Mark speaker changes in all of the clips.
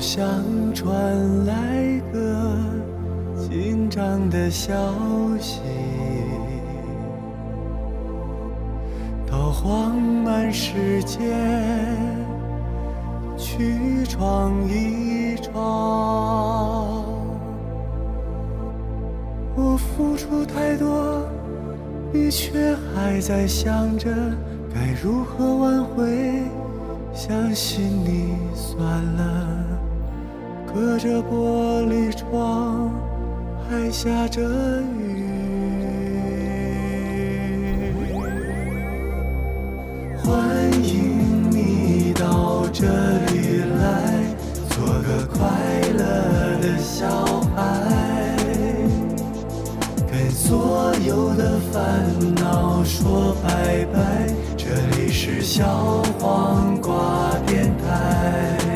Speaker 1: 上传来个紧张的消息，到慌慢世界去闯一闯。我付出太多，你却还在想着该如何挽回。相信你算了，隔着玻璃窗还下着雨。欢迎你到这里来，做个快乐的小孩，跟所有的烦恼说拜拜。这里是小黄瓜电台。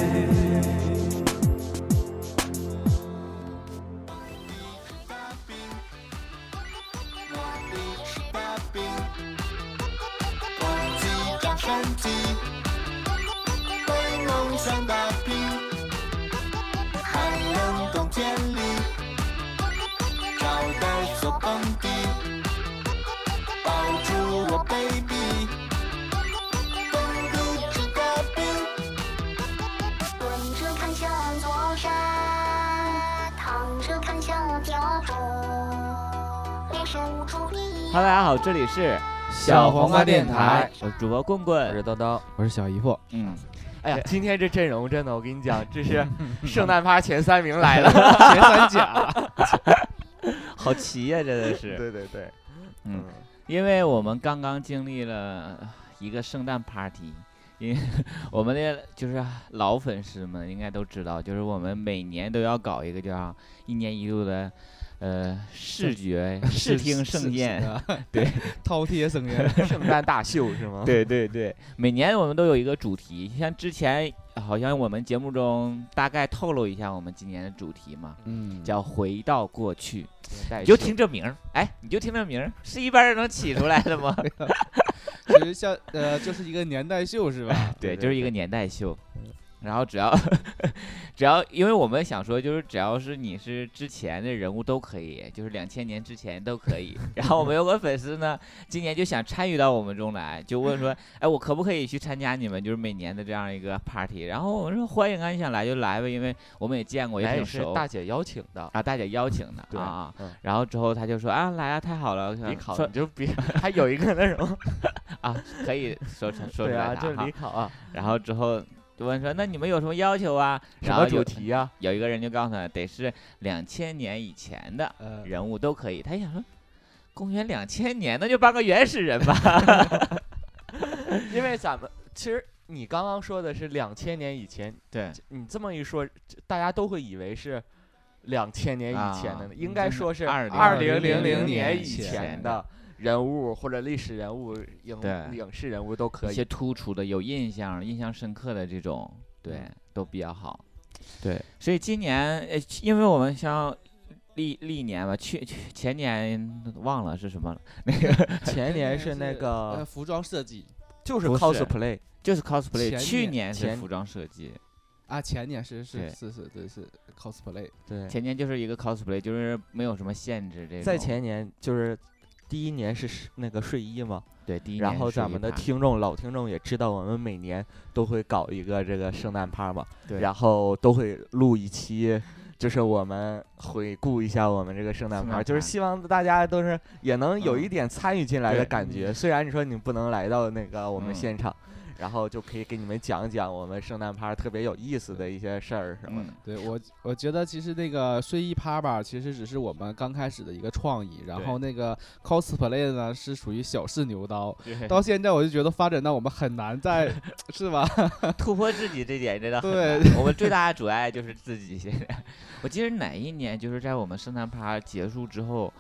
Speaker 2: 蹲着看向左山，躺着看向脚中，别守住你。
Speaker 3: 哈喽，大家好，这里是
Speaker 4: 小黄瓜电台，
Speaker 3: 我是主播棍
Speaker 4: 我
Speaker 3: 棍。
Speaker 4: 是叨叨，
Speaker 5: 我是小姨夫，
Speaker 3: 嗯，
Speaker 4: 哎呀，
Speaker 3: 今天这阵容真的，我跟你 讲，这是圣诞趴前三名来了，
Speaker 4: 前三甲。
Speaker 3: 好齐呀、真的是。
Speaker 4: 对对对，
Speaker 3: 嗯，因为我们刚刚经历了一个圣诞 party。因为 我们的就是老粉丝们应该都知道，就是我们每年都要搞一个叫一年一度的，呃，视觉视听盛宴，，对，
Speaker 5: 饕餮盛宴，
Speaker 4: 圣诞大秀是吗？
Speaker 3: 对对对，啊 每年我们都有一个主题，像之前好像我们节目中大概透露一下我们今年的主题嘛，
Speaker 5: 嗯，
Speaker 3: 叫“回到过去”。
Speaker 4: 带
Speaker 3: 你就
Speaker 4: 秀
Speaker 3: 听这名儿，哎，你就听这名儿，是一般人能起出来的吗？
Speaker 5: 其实像呃，就是一个年代秀是 吧？
Speaker 3: 对，
Speaker 4: 对嗯
Speaker 3: 就是一个年代秀。然后只要 只要，因为我们想说，就是只要是你是之前的人物都可以，就是两千年之前都可以。然后我们有个粉丝呢，今年就想参与到我们中来，就问说，哎，我可不可以去参加你们就是每年的这样一个 party？然后我们说欢迎啊，你想来就来吧，因为我们也见过，也
Speaker 4: 哎
Speaker 3: 挺
Speaker 4: 是
Speaker 3: 熟。
Speaker 4: 大姐邀请的，
Speaker 3: 啊，大姐邀请的
Speaker 4: 对
Speaker 3: 啊啊
Speaker 4: 嗯。
Speaker 3: 然后之后他就说啊，来啊，太好了，
Speaker 4: 李
Speaker 3: 说
Speaker 4: 考
Speaker 3: 说
Speaker 4: 你就别，还有一个那什么，
Speaker 3: 啊，可以说 出 说出
Speaker 4: 对
Speaker 3: 来
Speaker 4: 啊，
Speaker 3: 的
Speaker 4: 就是
Speaker 3: 哈
Speaker 4: 李考啊，
Speaker 3: 然后之后就问说：“那你们有什么要求啊？”
Speaker 4: 什
Speaker 3: 然后
Speaker 4: 么主
Speaker 3: 有
Speaker 4: 题 啊？
Speaker 3: 有一个人就告诉他，得是两千年以前的
Speaker 5: 呃，
Speaker 3: 人物都可以。他一想说，公元两千年，那就办个原始 人吧。
Speaker 4: 因为咱们其实你刚刚说的是两千年以前，
Speaker 3: 对，
Speaker 4: 你这么一说，这大家都会以为是两千年以前的
Speaker 3: 啊
Speaker 4: 呢，应该说是
Speaker 3: 嗯
Speaker 4: 二
Speaker 5: 2000
Speaker 4: 零零
Speaker 5: 年
Speaker 4: 以
Speaker 5: 以前
Speaker 4: 前
Speaker 3: 的
Speaker 4: 的人物或者历史人物、影
Speaker 3: 对
Speaker 4: 影视人物都可
Speaker 3: 一
Speaker 4: 以
Speaker 3: 些。突出的、有印象、印象深刻的这种，对，都比较好。
Speaker 5: 对，
Speaker 3: 所以今年，呃，因为我们像历历年吧，去去前年嗯忘了是什么了，
Speaker 4: 前年是那
Speaker 5: 呃，
Speaker 4: 个
Speaker 5: 服装设计
Speaker 4: 就是
Speaker 3: 不是
Speaker 4: cosplay，
Speaker 3: 就是 cosplay。
Speaker 5: 前
Speaker 3: 去
Speaker 5: 年
Speaker 3: 年是
Speaker 4: 前
Speaker 3: 服装设计，
Speaker 5: 啊，前年是
Speaker 3: 对
Speaker 5: 是是是对是 cosplay，
Speaker 4: 对，
Speaker 3: 前年就是一个 cosplay，就是没有什么限制这种。
Speaker 4: 在前年就是第一年是是那个睡衣嘛，
Speaker 3: 对，第一
Speaker 4: 然
Speaker 3: 年
Speaker 4: 后
Speaker 3: 是
Speaker 4: 咱
Speaker 3: 一
Speaker 4: 们的
Speaker 3: 趴
Speaker 4: 听众老听众也知道，我们每年都会搞一个这个圣诞趴嘛，
Speaker 3: 对
Speaker 4: 然后都会录一期，就是我们回顾一下我们这个圣诞
Speaker 3: 圣
Speaker 4: 趴，
Speaker 3: 诞
Speaker 4: 就是
Speaker 3: 趴
Speaker 4: 希望大家都是也能有一
Speaker 3: 嗯
Speaker 4: 点参与进来的
Speaker 3: 对
Speaker 4: 感觉。虽然你说你不能来到那个我
Speaker 3: 嗯
Speaker 4: 们现场，然后就可以给你们讲讲我们圣诞趴特别有意思的一些事儿什么的。
Speaker 3: 嗯，
Speaker 5: 对我我觉得其实那个睡衣趴吧，其实只是我们刚开始的一个创意，然后那个 cosplay 呢是属于小试牛刀， 到现在我就觉得发展到我们很难再 是吧？
Speaker 3: 突破自己这点真的很
Speaker 5: 对
Speaker 3: 难。我 们最大的阻碍就是自己现在。我记得哪一年，就是在我们圣诞趴结束之后，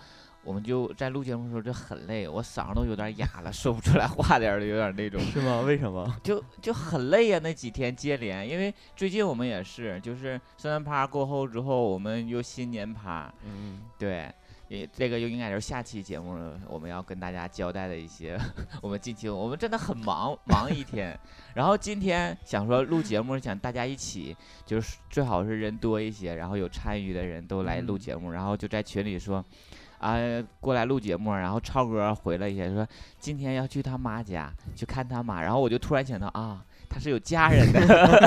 Speaker 3: 我们就在录节目的时候就很累，我嗓子都有点哑了，说不出来话点儿了，有点那种，
Speaker 4: 是吗？为什么？
Speaker 3: 就就很累啊呀、那几天接连，因为最近我们也是，就是圣诞趴过后之后，我们又新年趴，
Speaker 4: 嗯，
Speaker 3: 对，也这个就应该是下期节目了我们要跟大家交代的一些 我们近期我们真的很忙，忙一天。然后今天想说录节目，想大家一起，就是最好是人多一些，然后有参与的人都来录
Speaker 5: 嗯
Speaker 3: 节目，然后就在群里说。啊，过来录节目，然后超哥回了一些，说今天要去他妈家去看他妈，然后我就突然想到啊，他是有家人的，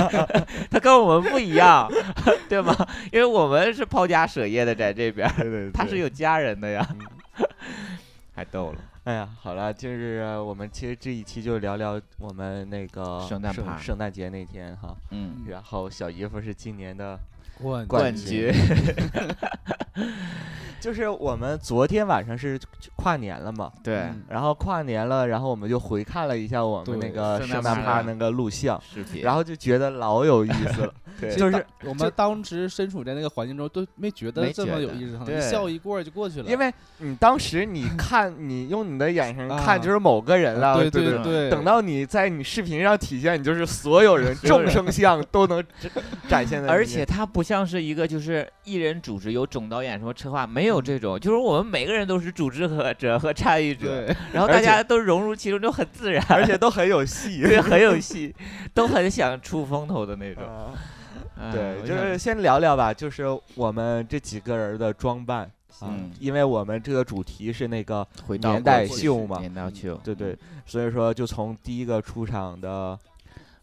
Speaker 3: 他跟我们不一样， 对吗？因为我们是抛家舍业的在这边儿，他是有家人的呀，
Speaker 4: 嗯
Speaker 3: 太逗了。
Speaker 4: 哎呀，好了，就是我们其实这一期就聊聊我们那个
Speaker 3: 圣诞趴
Speaker 4: 圣诞节那天哈。
Speaker 3: 嗯，
Speaker 4: 然后小姨夫是今年的，
Speaker 5: 冠
Speaker 4: 冠
Speaker 3: 冠
Speaker 4: 军
Speaker 3: 军，
Speaker 4: 就是我们昨天晚上是跨年了嘛，
Speaker 3: 对，
Speaker 5: 嗯
Speaker 4: 然后跨年了，然后我们就回看了一下我们那
Speaker 5: 对
Speaker 4: 个
Speaker 3: 圣
Speaker 4: 圣
Speaker 3: 诞
Speaker 4: 诞趴
Speaker 3: 趴
Speaker 4: 那个录像，
Speaker 3: 视频，
Speaker 4: 然后就觉得老有意思了，
Speaker 3: 对
Speaker 5: 其实
Speaker 4: 就是
Speaker 5: 当我们当时身处在那个环境中，都没觉得
Speaker 3: 没
Speaker 5: 这么
Speaker 3: 觉
Speaker 5: 有
Speaker 3: 得
Speaker 5: 意思，可能
Speaker 3: 对
Speaker 5: 一笑一过儿就过去了。
Speaker 4: 因为你当时你看你用你的眼神看
Speaker 5: 啊
Speaker 4: 就是某个人了，
Speaker 5: 对
Speaker 4: 对
Speaker 5: 对
Speaker 4: 对。
Speaker 5: 对，
Speaker 4: 等到你在你视频上体现，你就是所有人
Speaker 3: 有
Speaker 4: 众
Speaker 3: 人
Speaker 4: 生相都能展展现的，
Speaker 3: 而且它不像是一个就是艺人组织有总导演什么策划，没
Speaker 4: 嗯
Speaker 3: 有这种，就是我们每个人都是组织和者和参与者，
Speaker 5: 对，
Speaker 3: 然后
Speaker 4: 而
Speaker 3: 大
Speaker 4: 且
Speaker 3: 家都融入其中，就很自然，
Speaker 4: 而且 都很有戏，
Speaker 3: 对，很有戏，都很想出风头的那种。
Speaker 4: 啊
Speaker 3: 哎
Speaker 4: 对，
Speaker 3: 我
Speaker 4: 就
Speaker 3: 想
Speaker 4: 是先聊聊吧，就是我们这几个人的装扮啊
Speaker 3: 嗯，
Speaker 4: 因为我们这个主题是那个，
Speaker 3: 回到
Speaker 4: 年
Speaker 3: 过
Speaker 4: 代
Speaker 3: 去
Speaker 4: 秀嘛嗯
Speaker 3: 年代秀，嗯
Speaker 4: 对对，所以说就从第一个出场的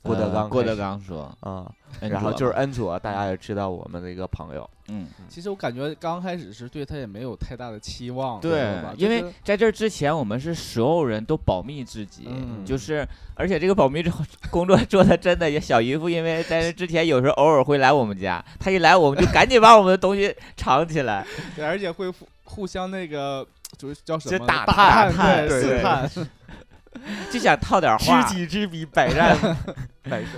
Speaker 4: 郭
Speaker 3: 呃
Speaker 4: 德纲开始，
Speaker 3: 郭德纲说，
Speaker 4: 啊，
Speaker 3: 恩
Speaker 4: 然后
Speaker 3: 卓
Speaker 4: 就是
Speaker 3: 嘛
Speaker 4: 恩佐，大家也知道我们的一个朋友，
Speaker 3: 嗯，
Speaker 5: 其实我感觉刚开始是对他也没有太大的期望，知道
Speaker 3: 对
Speaker 5: 吧，
Speaker 3: 因
Speaker 5: 就
Speaker 3: 为
Speaker 5: 是
Speaker 3: 在这之前我们是所有人都保密自己，
Speaker 5: 嗯
Speaker 3: 就是而且这个保密这个工作做的真的也小姨夫，因为在这之前有时候偶尔会来我们家，他一来我们就赶紧把我们的东西藏起来，
Speaker 5: 对而且会互互相那个就是叫什
Speaker 4: 就
Speaker 5: 么
Speaker 4: 打
Speaker 5: 探，对
Speaker 3: 探
Speaker 4: 对
Speaker 5: 试
Speaker 4: 对
Speaker 5: 探，
Speaker 3: 就想套点话。
Speaker 4: 己知彼，百战百胜。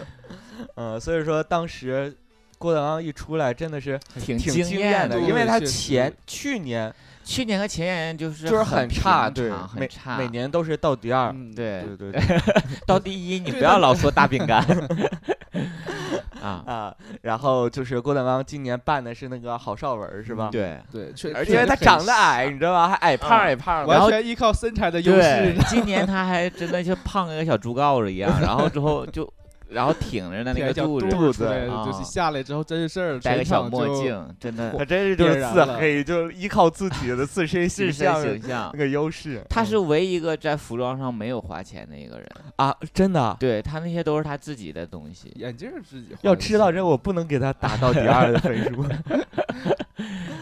Speaker 4: 嗯，所以说当时郭德纲一出来，真的是
Speaker 3: 挺
Speaker 4: 挺
Speaker 3: 惊
Speaker 4: 惊
Speaker 3: 艳
Speaker 4: 艳的，
Speaker 3: 的
Speaker 4: 因为他
Speaker 5: 对确实
Speaker 4: 前去年
Speaker 3: 去年和前年就是
Speaker 4: 就是
Speaker 3: 很
Speaker 4: 差，
Speaker 3: 平
Speaker 4: 对
Speaker 3: 常，很
Speaker 4: 每
Speaker 3: 差，
Speaker 4: 每年都是到第二，
Speaker 5: 嗯，
Speaker 3: 对
Speaker 4: 对对对。
Speaker 3: 到第一，你不要老说大饼 干 啊，
Speaker 4: 啊，然后就是郭德纲今年扮的是那个郝邵文儿是吧？，
Speaker 3: 嗯对。
Speaker 5: 对，确
Speaker 4: 而
Speaker 5: 确
Speaker 4: 且因为
Speaker 5: 实
Speaker 4: 他
Speaker 5: 很
Speaker 4: 长得矮，你知道吧？还矮胖
Speaker 3: 嗯
Speaker 4: 儿矮胖儿的，
Speaker 3: 然后
Speaker 5: 完全依靠身材的优
Speaker 3: 对
Speaker 5: 势，，
Speaker 3: 今年他还真的就胖跟个小猪�羔�子一样，然后之后就，然后挺着的那
Speaker 5: 挺
Speaker 3: 个
Speaker 5: 着小
Speaker 3: 肚子，
Speaker 5: 肚
Speaker 4: 子
Speaker 5: 出来
Speaker 3: 啊
Speaker 5: 就是下来之后真是事儿，
Speaker 3: 戴个
Speaker 5: 全
Speaker 3: 小
Speaker 5: 场
Speaker 3: 墨
Speaker 5: 就，
Speaker 3: 镜，真的
Speaker 4: 他真是就是
Speaker 5: 点燃
Speaker 4: 自
Speaker 5: 了
Speaker 4: 黑，就是依靠自己的自身
Speaker 3: 自身
Speaker 4: 形象
Speaker 3: 形象
Speaker 4: 那。个优势。
Speaker 3: 他
Speaker 4: 嗯
Speaker 3: 是唯一一个在服装上没有花钱的一 个人，
Speaker 4: 啊，真的啊
Speaker 3: 对他那些都是他自己的东西。
Speaker 5: 眼镜儿自己
Speaker 4: 要
Speaker 5: 换的
Speaker 4: 知道
Speaker 5: 是
Speaker 4: 这，我不能给他打到第二的分数。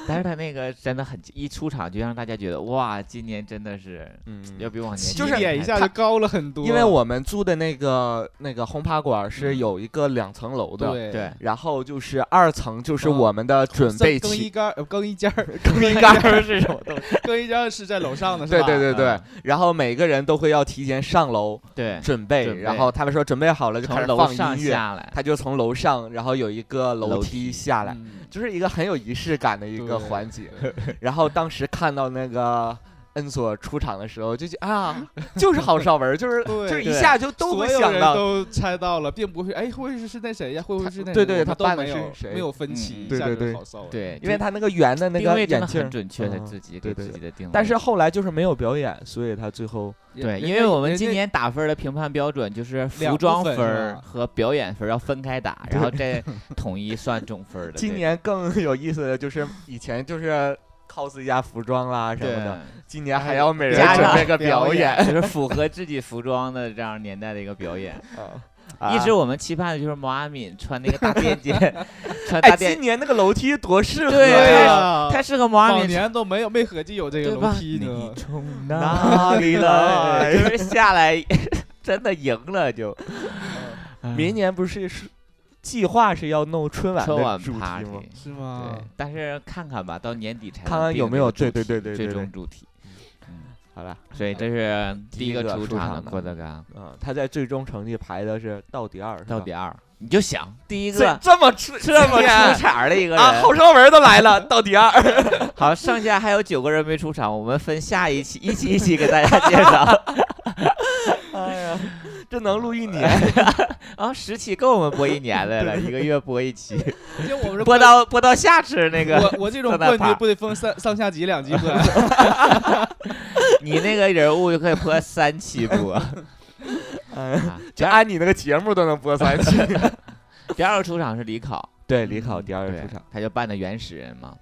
Speaker 3: 但是他那个真的很一出场就让大家觉得哇，今年真的是
Speaker 4: 嗯
Speaker 3: 要比往年
Speaker 4: 就是
Speaker 3: 厉害
Speaker 5: 点一下就
Speaker 4: 他
Speaker 5: 高了很多，
Speaker 4: 因为我们租的那个那个轰趴馆儿是
Speaker 5: 嗯
Speaker 4: 有一个两层楼的，
Speaker 5: 对
Speaker 3: 对，
Speaker 4: 然后就是二层就是
Speaker 5: 嗯
Speaker 4: 我们的准
Speaker 5: 三
Speaker 4: 备
Speaker 5: 更
Speaker 4: 期
Speaker 5: 衣杆儿呃更衣间 儿，
Speaker 4: 更衣杆儿是什么东 西？
Speaker 5: 更衣间儿是在楼上的，是
Speaker 4: 对
Speaker 5: 吧？
Speaker 4: 对对对
Speaker 3: 嗯，
Speaker 4: 然后每个人都会要提前上楼，
Speaker 3: 对，
Speaker 4: 准备，
Speaker 3: 准备
Speaker 4: 然后他们说准备好了就开
Speaker 3: 从
Speaker 4: 始
Speaker 3: 楼
Speaker 4: 放
Speaker 3: 上
Speaker 4: 音乐，
Speaker 3: 下来，
Speaker 4: 他就从楼上，然后有一个楼
Speaker 3: 楼
Speaker 4: 梯
Speaker 3: 梯
Speaker 4: 下来，
Speaker 5: 嗯
Speaker 4: 就是一个很有仪式感的一个
Speaker 5: 对
Speaker 4: 环节。
Speaker 5: 对
Speaker 4: 然后当时看到那个。恩佐出场的时候就觉 得啊，就是郝邵文，就是
Speaker 5: 对
Speaker 4: 就是一
Speaker 3: 对
Speaker 4: 下就都
Speaker 5: 所
Speaker 4: 会
Speaker 5: 有
Speaker 4: 想
Speaker 5: 人
Speaker 4: 到，
Speaker 5: 都猜到了，并不会哎，会不会是是那谁呀？会不会是那
Speaker 4: 对
Speaker 5: 谁
Speaker 4: 对
Speaker 5: 我
Speaker 4: 他
Speaker 5: 们都
Speaker 4: 扮的
Speaker 5: 没
Speaker 4: 是
Speaker 5: 有
Speaker 4: 谁
Speaker 5: 没有分歧，
Speaker 3: 嗯
Speaker 5: 一
Speaker 4: 对
Speaker 5: 下
Speaker 4: 对
Speaker 5: 就
Speaker 4: 对
Speaker 5: 好骚了
Speaker 3: 对，
Speaker 4: 因为他那个圆的那
Speaker 3: 定
Speaker 4: 个
Speaker 3: 位真
Speaker 4: 眼
Speaker 3: 的
Speaker 4: 镜
Speaker 3: 很
Speaker 4: 儿，
Speaker 3: 准确，他
Speaker 4: 嗯
Speaker 3: 自己
Speaker 4: 对
Speaker 3: 给
Speaker 4: 对
Speaker 3: 自己的定位。
Speaker 4: 但是后来就是没有表演，所以他最后
Speaker 3: 对，
Speaker 5: 人
Speaker 3: 因
Speaker 5: 家
Speaker 3: 为我们
Speaker 5: 人
Speaker 3: 今
Speaker 5: 家
Speaker 3: 年打分儿的评判标准就是
Speaker 5: 两
Speaker 3: 服
Speaker 5: 部
Speaker 3: 装
Speaker 5: 分是
Speaker 3: 分儿
Speaker 5: 吧
Speaker 3: 和表演分儿要分开打，然后再统一算总分 儿的这种。
Speaker 4: 今年更有意思的就是以前就是 cos 一下服装啦什么的，
Speaker 3: 对，哎
Speaker 4: 今年还要每人
Speaker 3: 加
Speaker 4: 准
Speaker 3: 上
Speaker 4: 备个
Speaker 5: 表
Speaker 4: 表
Speaker 5: 演
Speaker 4: 演，
Speaker 3: 就是符合自己服装的这样年代的一个表 演。
Speaker 4: 啊
Speaker 3: 一直我们期盼的就是毛阿敏穿那个大 便肩，穿
Speaker 4: 哎，
Speaker 3: 大便
Speaker 4: 今，年那个楼梯多适合
Speaker 3: 对啊
Speaker 5: 对啊
Speaker 4: 呀！
Speaker 5: 呀，
Speaker 3: 太适合毛阿
Speaker 5: 往
Speaker 3: 敏穿
Speaker 5: 年都没有没合计有这个
Speaker 3: 对
Speaker 5: 楼
Speaker 3: 吧？
Speaker 5: 梯呢
Speaker 3: 你。从
Speaker 4: 哪
Speaker 3: 哪里
Speaker 4: 里
Speaker 3: 来？
Speaker 4: 来
Speaker 3: 就是 下来真的赢了就。
Speaker 4: 明年不是是计划是要弄春晚
Speaker 3: 春
Speaker 4: 的
Speaker 3: 晚
Speaker 4: 主题
Speaker 3: party
Speaker 4: 吗？ 啊
Speaker 5: 是
Speaker 3: 对
Speaker 5: 吗？，
Speaker 3: 但是看看吧，到年底才
Speaker 4: 看
Speaker 3: 能
Speaker 4: 看
Speaker 3: 定这
Speaker 4: 有没
Speaker 3: 个
Speaker 4: 有
Speaker 3: 主
Speaker 4: 对对
Speaker 3: 题
Speaker 4: 对对
Speaker 3: 最
Speaker 4: 对
Speaker 3: 终
Speaker 4: 对嗯
Speaker 3: 主题。嗯
Speaker 4: 好了，
Speaker 3: 所以这是哎第
Speaker 4: 第
Speaker 3: 一
Speaker 4: 一
Speaker 3: 个
Speaker 4: 个
Speaker 3: 出
Speaker 4: 出
Speaker 3: 场
Speaker 4: 场
Speaker 3: 的啊
Speaker 4: 的
Speaker 3: 郭德纲，
Speaker 4: 嗯，他在最终成绩排的是倒第二，是
Speaker 3: 到
Speaker 4: 吧
Speaker 3: 第二，你就想第一
Speaker 4: 这
Speaker 3: 个
Speaker 4: 这么出
Speaker 3: 这么出
Speaker 4: 出
Speaker 3: 场儿的一个人，
Speaker 4: 啊，郝邵文都来了，倒第二，
Speaker 3: 好，剩下还有九个人没出场，我们分下一期一期一期给大家介绍
Speaker 4: 哎呀， 这能录一年，
Speaker 3: 啊，十期够我们播一年的了，一个月播一期，
Speaker 5: 因为我们是
Speaker 3: 播到播到下吃那个，
Speaker 5: 我我这种
Speaker 3: 在那
Speaker 5: 冠军
Speaker 3: 爬
Speaker 5: 不得分上上下集两集 播？
Speaker 3: 你那个人物就可以播三期播。
Speaker 4: 嗯，
Speaker 3: 啊第
Speaker 4: 就
Speaker 3: 二
Speaker 4: 按你那个节目都能播三期。嗯
Speaker 3: 第二个出场是李考，
Speaker 4: 对，啊李考第二个
Speaker 3: 对
Speaker 4: 出场，，
Speaker 3: 他就扮的原始人嘛。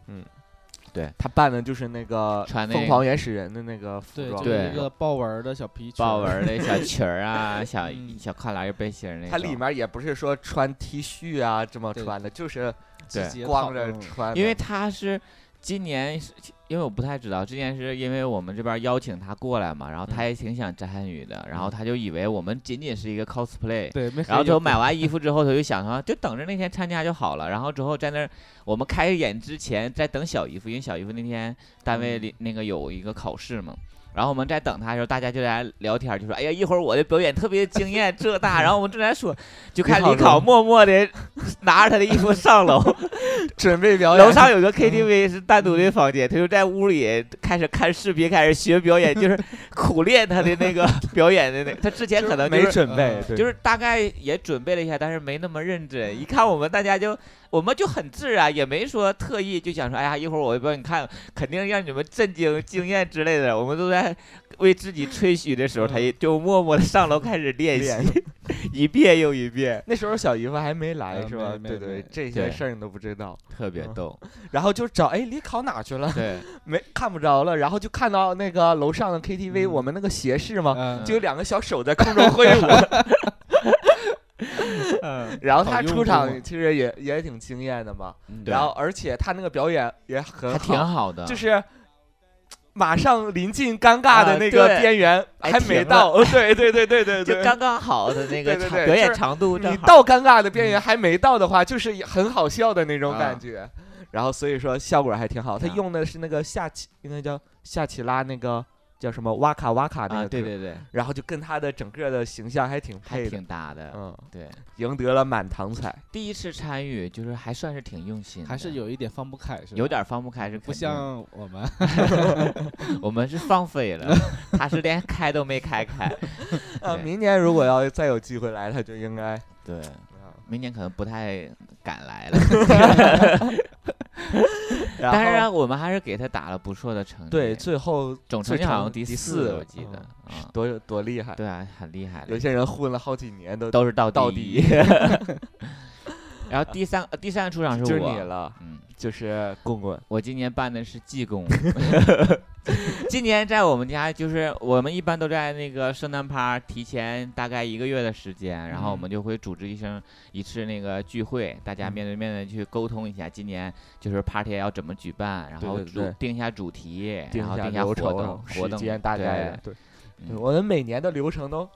Speaker 4: 他扮的就是那个
Speaker 3: 穿那
Speaker 4: 疯
Speaker 3: 个
Speaker 4: 狂原始人的那个服
Speaker 5: 对，
Speaker 4: 装。
Speaker 5: 就是
Speaker 3: 对
Speaker 5: 一个豹纹儿的小皮裙儿
Speaker 3: 豹纹儿的小裙儿啊，小
Speaker 5: 嗯
Speaker 3: 小跨栏儿背心儿那种。
Speaker 4: 他里面也不是说穿 T 恤啊这么
Speaker 5: 对
Speaker 4: 穿的，就是
Speaker 5: 季
Speaker 3: 对
Speaker 5: 节
Speaker 4: 光
Speaker 5: 套
Speaker 4: 着
Speaker 5: 嗯
Speaker 4: 穿的。
Speaker 3: 因为他是今年是，因为我不太知道，之前是因为我们这边邀请他过来嘛，然后他也挺想参与的，然后他就以为我们仅仅是一个 cosplay。
Speaker 5: 对，没
Speaker 3: 然后
Speaker 5: 黑
Speaker 3: 之后
Speaker 5: 影
Speaker 3: 买完衣服之后，他就想啊，就等着那天参加就好了。然后之后在那儿，我们开演之前在等小姨夫，因为小姨夫那天单位里那个有一个考试嘛。然后我们在等他的时候，大家就在聊天，就说：“哎呀，一会儿我的表演特别惊艳，这那。”然后我们正在说，就看
Speaker 4: 李考
Speaker 3: 李考
Speaker 4: 说
Speaker 3: 默默的 拿着他的衣服上楼，
Speaker 4: 准备表演，
Speaker 3: 楼上有个 KTV 是单独的房间，他就在屋里开始看视频，开始学表演，就是 苦练他的那个 表演的那。他之前可能就
Speaker 4: 没
Speaker 3: 是
Speaker 4: 准备，对
Speaker 3: 就是大概也准备了一下，但是没那么认真。一看我们大家就我们就很自然，也没说特意就想说，哎呀，一会儿我帮你看，肯定让你们震惊、惊艳之类的。我们都在为自己吹嘘的时候，他也就默默的上楼开始嗯练
Speaker 4: 练
Speaker 3: 习， 一遍又一遍，
Speaker 4: 那时候小姨夫还没来
Speaker 5: 呃
Speaker 4: 是吧？
Speaker 5: 没
Speaker 4: 对
Speaker 5: 没
Speaker 4: 对
Speaker 5: 没，
Speaker 4: 这些
Speaker 3: 对
Speaker 4: 事儿你都不知道。
Speaker 3: 特别
Speaker 4: 嗯
Speaker 3: 逗。
Speaker 4: 然后就找哎，李考哪去了？
Speaker 3: 对，
Speaker 4: 没看不着了。然后就看到那个楼上的 KTV，
Speaker 5: 嗯
Speaker 4: 我们那个斜视嘛，
Speaker 5: 嗯
Speaker 4: 就有两个小手在空中挥舞。然后他
Speaker 5: 好用
Speaker 4: 出场
Speaker 5: 户嘛
Speaker 4: 其实也也挺惊艳的嘛。
Speaker 5: 嗯
Speaker 4: 然后而且他那个表演也很
Speaker 3: 还
Speaker 4: 好，
Speaker 3: 挺好的，
Speaker 4: 就是马上临近尴尬的
Speaker 3: 啊
Speaker 4: 那个
Speaker 3: 对
Speaker 4: 边缘，
Speaker 3: 哎
Speaker 4: 还没
Speaker 3: 停
Speaker 4: 到。 对对对对对
Speaker 3: 就
Speaker 4: 对。
Speaker 3: 刚刚好的那个
Speaker 4: 对对
Speaker 3: 长
Speaker 4: 对
Speaker 3: 表演
Speaker 4: 就是
Speaker 3: 长度
Speaker 4: 你
Speaker 3: 正好，
Speaker 4: 到尴尬的边缘还没到的话，就是也很好笑的那种感
Speaker 3: 嗯啊
Speaker 4: 觉。然后所以说效果还挺好。他
Speaker 3: 啊
Speaker 4: 用的是那个夏奇，应该叫夏奇拉那个叫什么哇卡哇卡那
Speaker 3: 啊，
Speaker 4: 个
Speaker 3: 对
Speaker 4: 歌，
Speaker 3: 对对，
Speaker 4: 然后就跟他的整个的形象还挺
Speaker 3: 还
Speaker 4: 配的。
Speaker 3: 挺搭的。
Speaker 4: 嗯，
Speaker 3: 对，
Speaker 4: 赢得了满 堂彩。
Speaker 3: 第一次参与就是还算是挺用心的，
Speaker 5: 还是有一点放不开，是吧？
Speaker 3: 有点放不开，是
Speaker 5: 不
Speaker 3: 肯定的
Speaker 5: 像我们
Speaker 3: 我们是放飞 了，他是连开都没开 开。
Speaker 4: 啊，
Speaker 3: 对
Speaker 4: 明年如果要再有机会来，他就应该
Speaker 3: 对，
Speaker 4: 啊
Speaker 3: 明年可能不太敢来了，
Speaker 4: 然后
Speaker 3: 但是啊我们还是给他打了不错的成绩，
Speaker 4: 对，最后
Speaker 3: 总成
Speaker 4: 最
Speaker 3: 绩好
Speaker 4: 长
Speaker 3: 像第
Speaker 4: 第
Speaker 3: 四，我
Speaker 4: 四
Speaker 3: 记得
Speaker 4: 是
Speaker 3: 啊，
Speaker 4: 多多厉害。
Speaker 3: 对啊，很厉害
Speaker 4: 有
Speaker 3: 了，
Speaker 4: 些人混了好几年都
Speaker 3: 都是到
Speaker 4: 到
Speaker 3: 第
Speaker 4: 底
Speaker 3: 一。然后第三呃第三个出场
Speaker 4: 就是是
Speaker 3: 我
Speaker 4: 你，了，
Speaker 3: 嗯，
Speaker 4: 就是棍棍。
Speaker 3: 我今年办的是济公。 今年在我们家，就是我们一般都在那个圣诞趴提前大概一个月的时间，然后我们就会组织一声一次那个聚会，大家
Speaker 4: 嗯
Speaker 3: 面对面的去沟通一下，今年就是 party 要怎么举办，然后
Speaker 4: 对对
Speaker 3: 主
Speaker 4: 对
Speaker 3: 定一下主题，
Speaker 4: 定
Speaker 3: 然后
Speaker 4: 下
Speaker 3: 定一下
Speaker 4: 流
Speaker 3: 活
Speaker 4: 程、
Speaker 3: 动活
Speaker 4: 时
Speaker 3: 动
Speaker 4: 间大概的。对，
Speaker 3: 嗯
Speaker 4: 对我们每年的流程都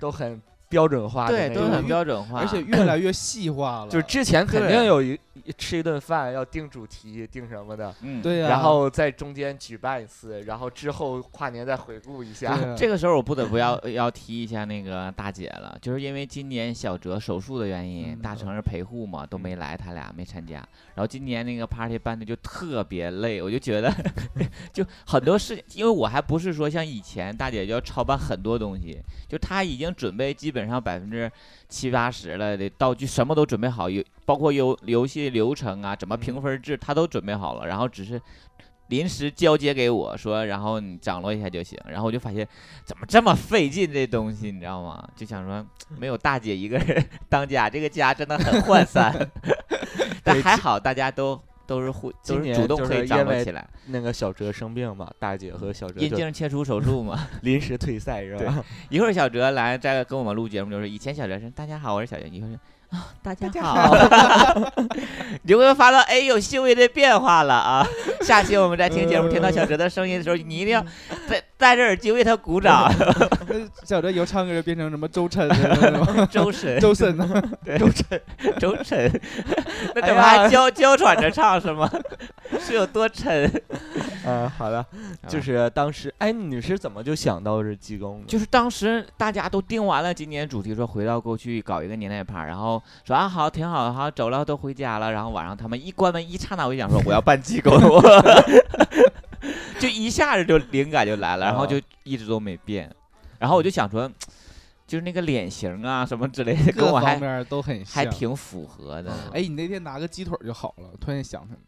Speaker 4: 都很标准化的
Speaker 3: 对，
Speaker 4: 那
Speaker 3: 都
Speaker 4: 种
Speaker 3: 很标准化，
Speaker 5: 而且越来越细化了。
Speaker 4: 就是之前肯
Speaker 3: 对
Speaker 4: 定有一一吃一顿饭要定主题定什么的，
Speaker 3: 嗯，
Speaker 5: 对呀、啊
Speaker 4: 然后在中间举办一次，然后之后跨年再回顾一
Speaker 5: 对
Speaker 4: 下。
Speaker 5: 啊
Speaker 3: 这个时候我不得 不要要提一下那个大姐了，就是因为今年小哲手术的原因，
Speaker 5: 嗯
Speaker 3: 大成是陪护嘛，都没来，他俩没参加。然后今年那个 party 办的就特别累，我就觉得 就很多事情，因为我还不是说像以前大姐就要操办很多东西，就她已经准备基本上百分之七八十了的道具，什么都准备好，有包括游游戏流程啊，怎
Speaker 4: 嗯
Speaker 3: 么评分制，她都准备好了，然后只是临时交接给我说，然后你掌握一下就行。然后我就发现怎么这么费劲这东西，你知道吗？就想说没有大姐一个人当家，这个家真的很涣 散。但还好大家都都是互
Speaker 4: 今
Speaker 3: 都是
Speaker 4: 年
Speaker 3: 主动
Speaker 4: 就是
Speaker 3: 可以掌
Speaker 4: 因
Speaker 3: 握
Speaker 4: 为
Speaker 3: 起来。
Speaker 4: 那个小哲生病嘛，大姐和小哲
Speaker 3: 阴
Speaker 4: 就
Speaker 3: 茎切除手术嘛，
Speaker 4: 临时退赛是吧？
Speaker 3: 一会儿小哲来再跟我们录节目，就是以前小哲是大家好，我是小哲，一会儿是啊、大家好， 你就会发到哎有细微的变化了啊。下期我们在听节目听到小哲的声音的时候，你一定要戴戴着耳机为他鼓掌，
Speaker 5: 那小哲由唱歌就变成什么周琛了那种
Speaker 3: 周 深。
Speaker 5: 周啊深呢？
Speaker 3: 周晨， 周晨，那
Speaker 4: 哎
Speaker 3: 怎么
Speaker 4: 呀
Speaker 3: 还娇娇喘着唱是吗？ 是有多沉？
Speaker 4: 嗯，好的，
Speaker 3: 啊
Speaker 4: 就是当时哎，你是怎么就想到是济公的？
Speaker 3: 就是当时大家都定完了今年主题，说回到过去搞一个年代趴，然后说啊好，挺好，好走了都回家了。然后晚上他们一关门一刹那，我就想说我要 办机构，
Speaker 5: 啊
Speaker 3: 就一下子就灵感就来了，然后就一直都没变。然后我就想说，就是那个脸型啊什么之类的，跟
Speaker 5: 各
Speaker 3: 我
Speaker 5: 方
Speaker 3: 还
Speaker 5: 面都很像。
Speaker 3: 还挺符合的。
Speaker 5: 哎，你那天拿个鸡腿儿就好了。突然想起来了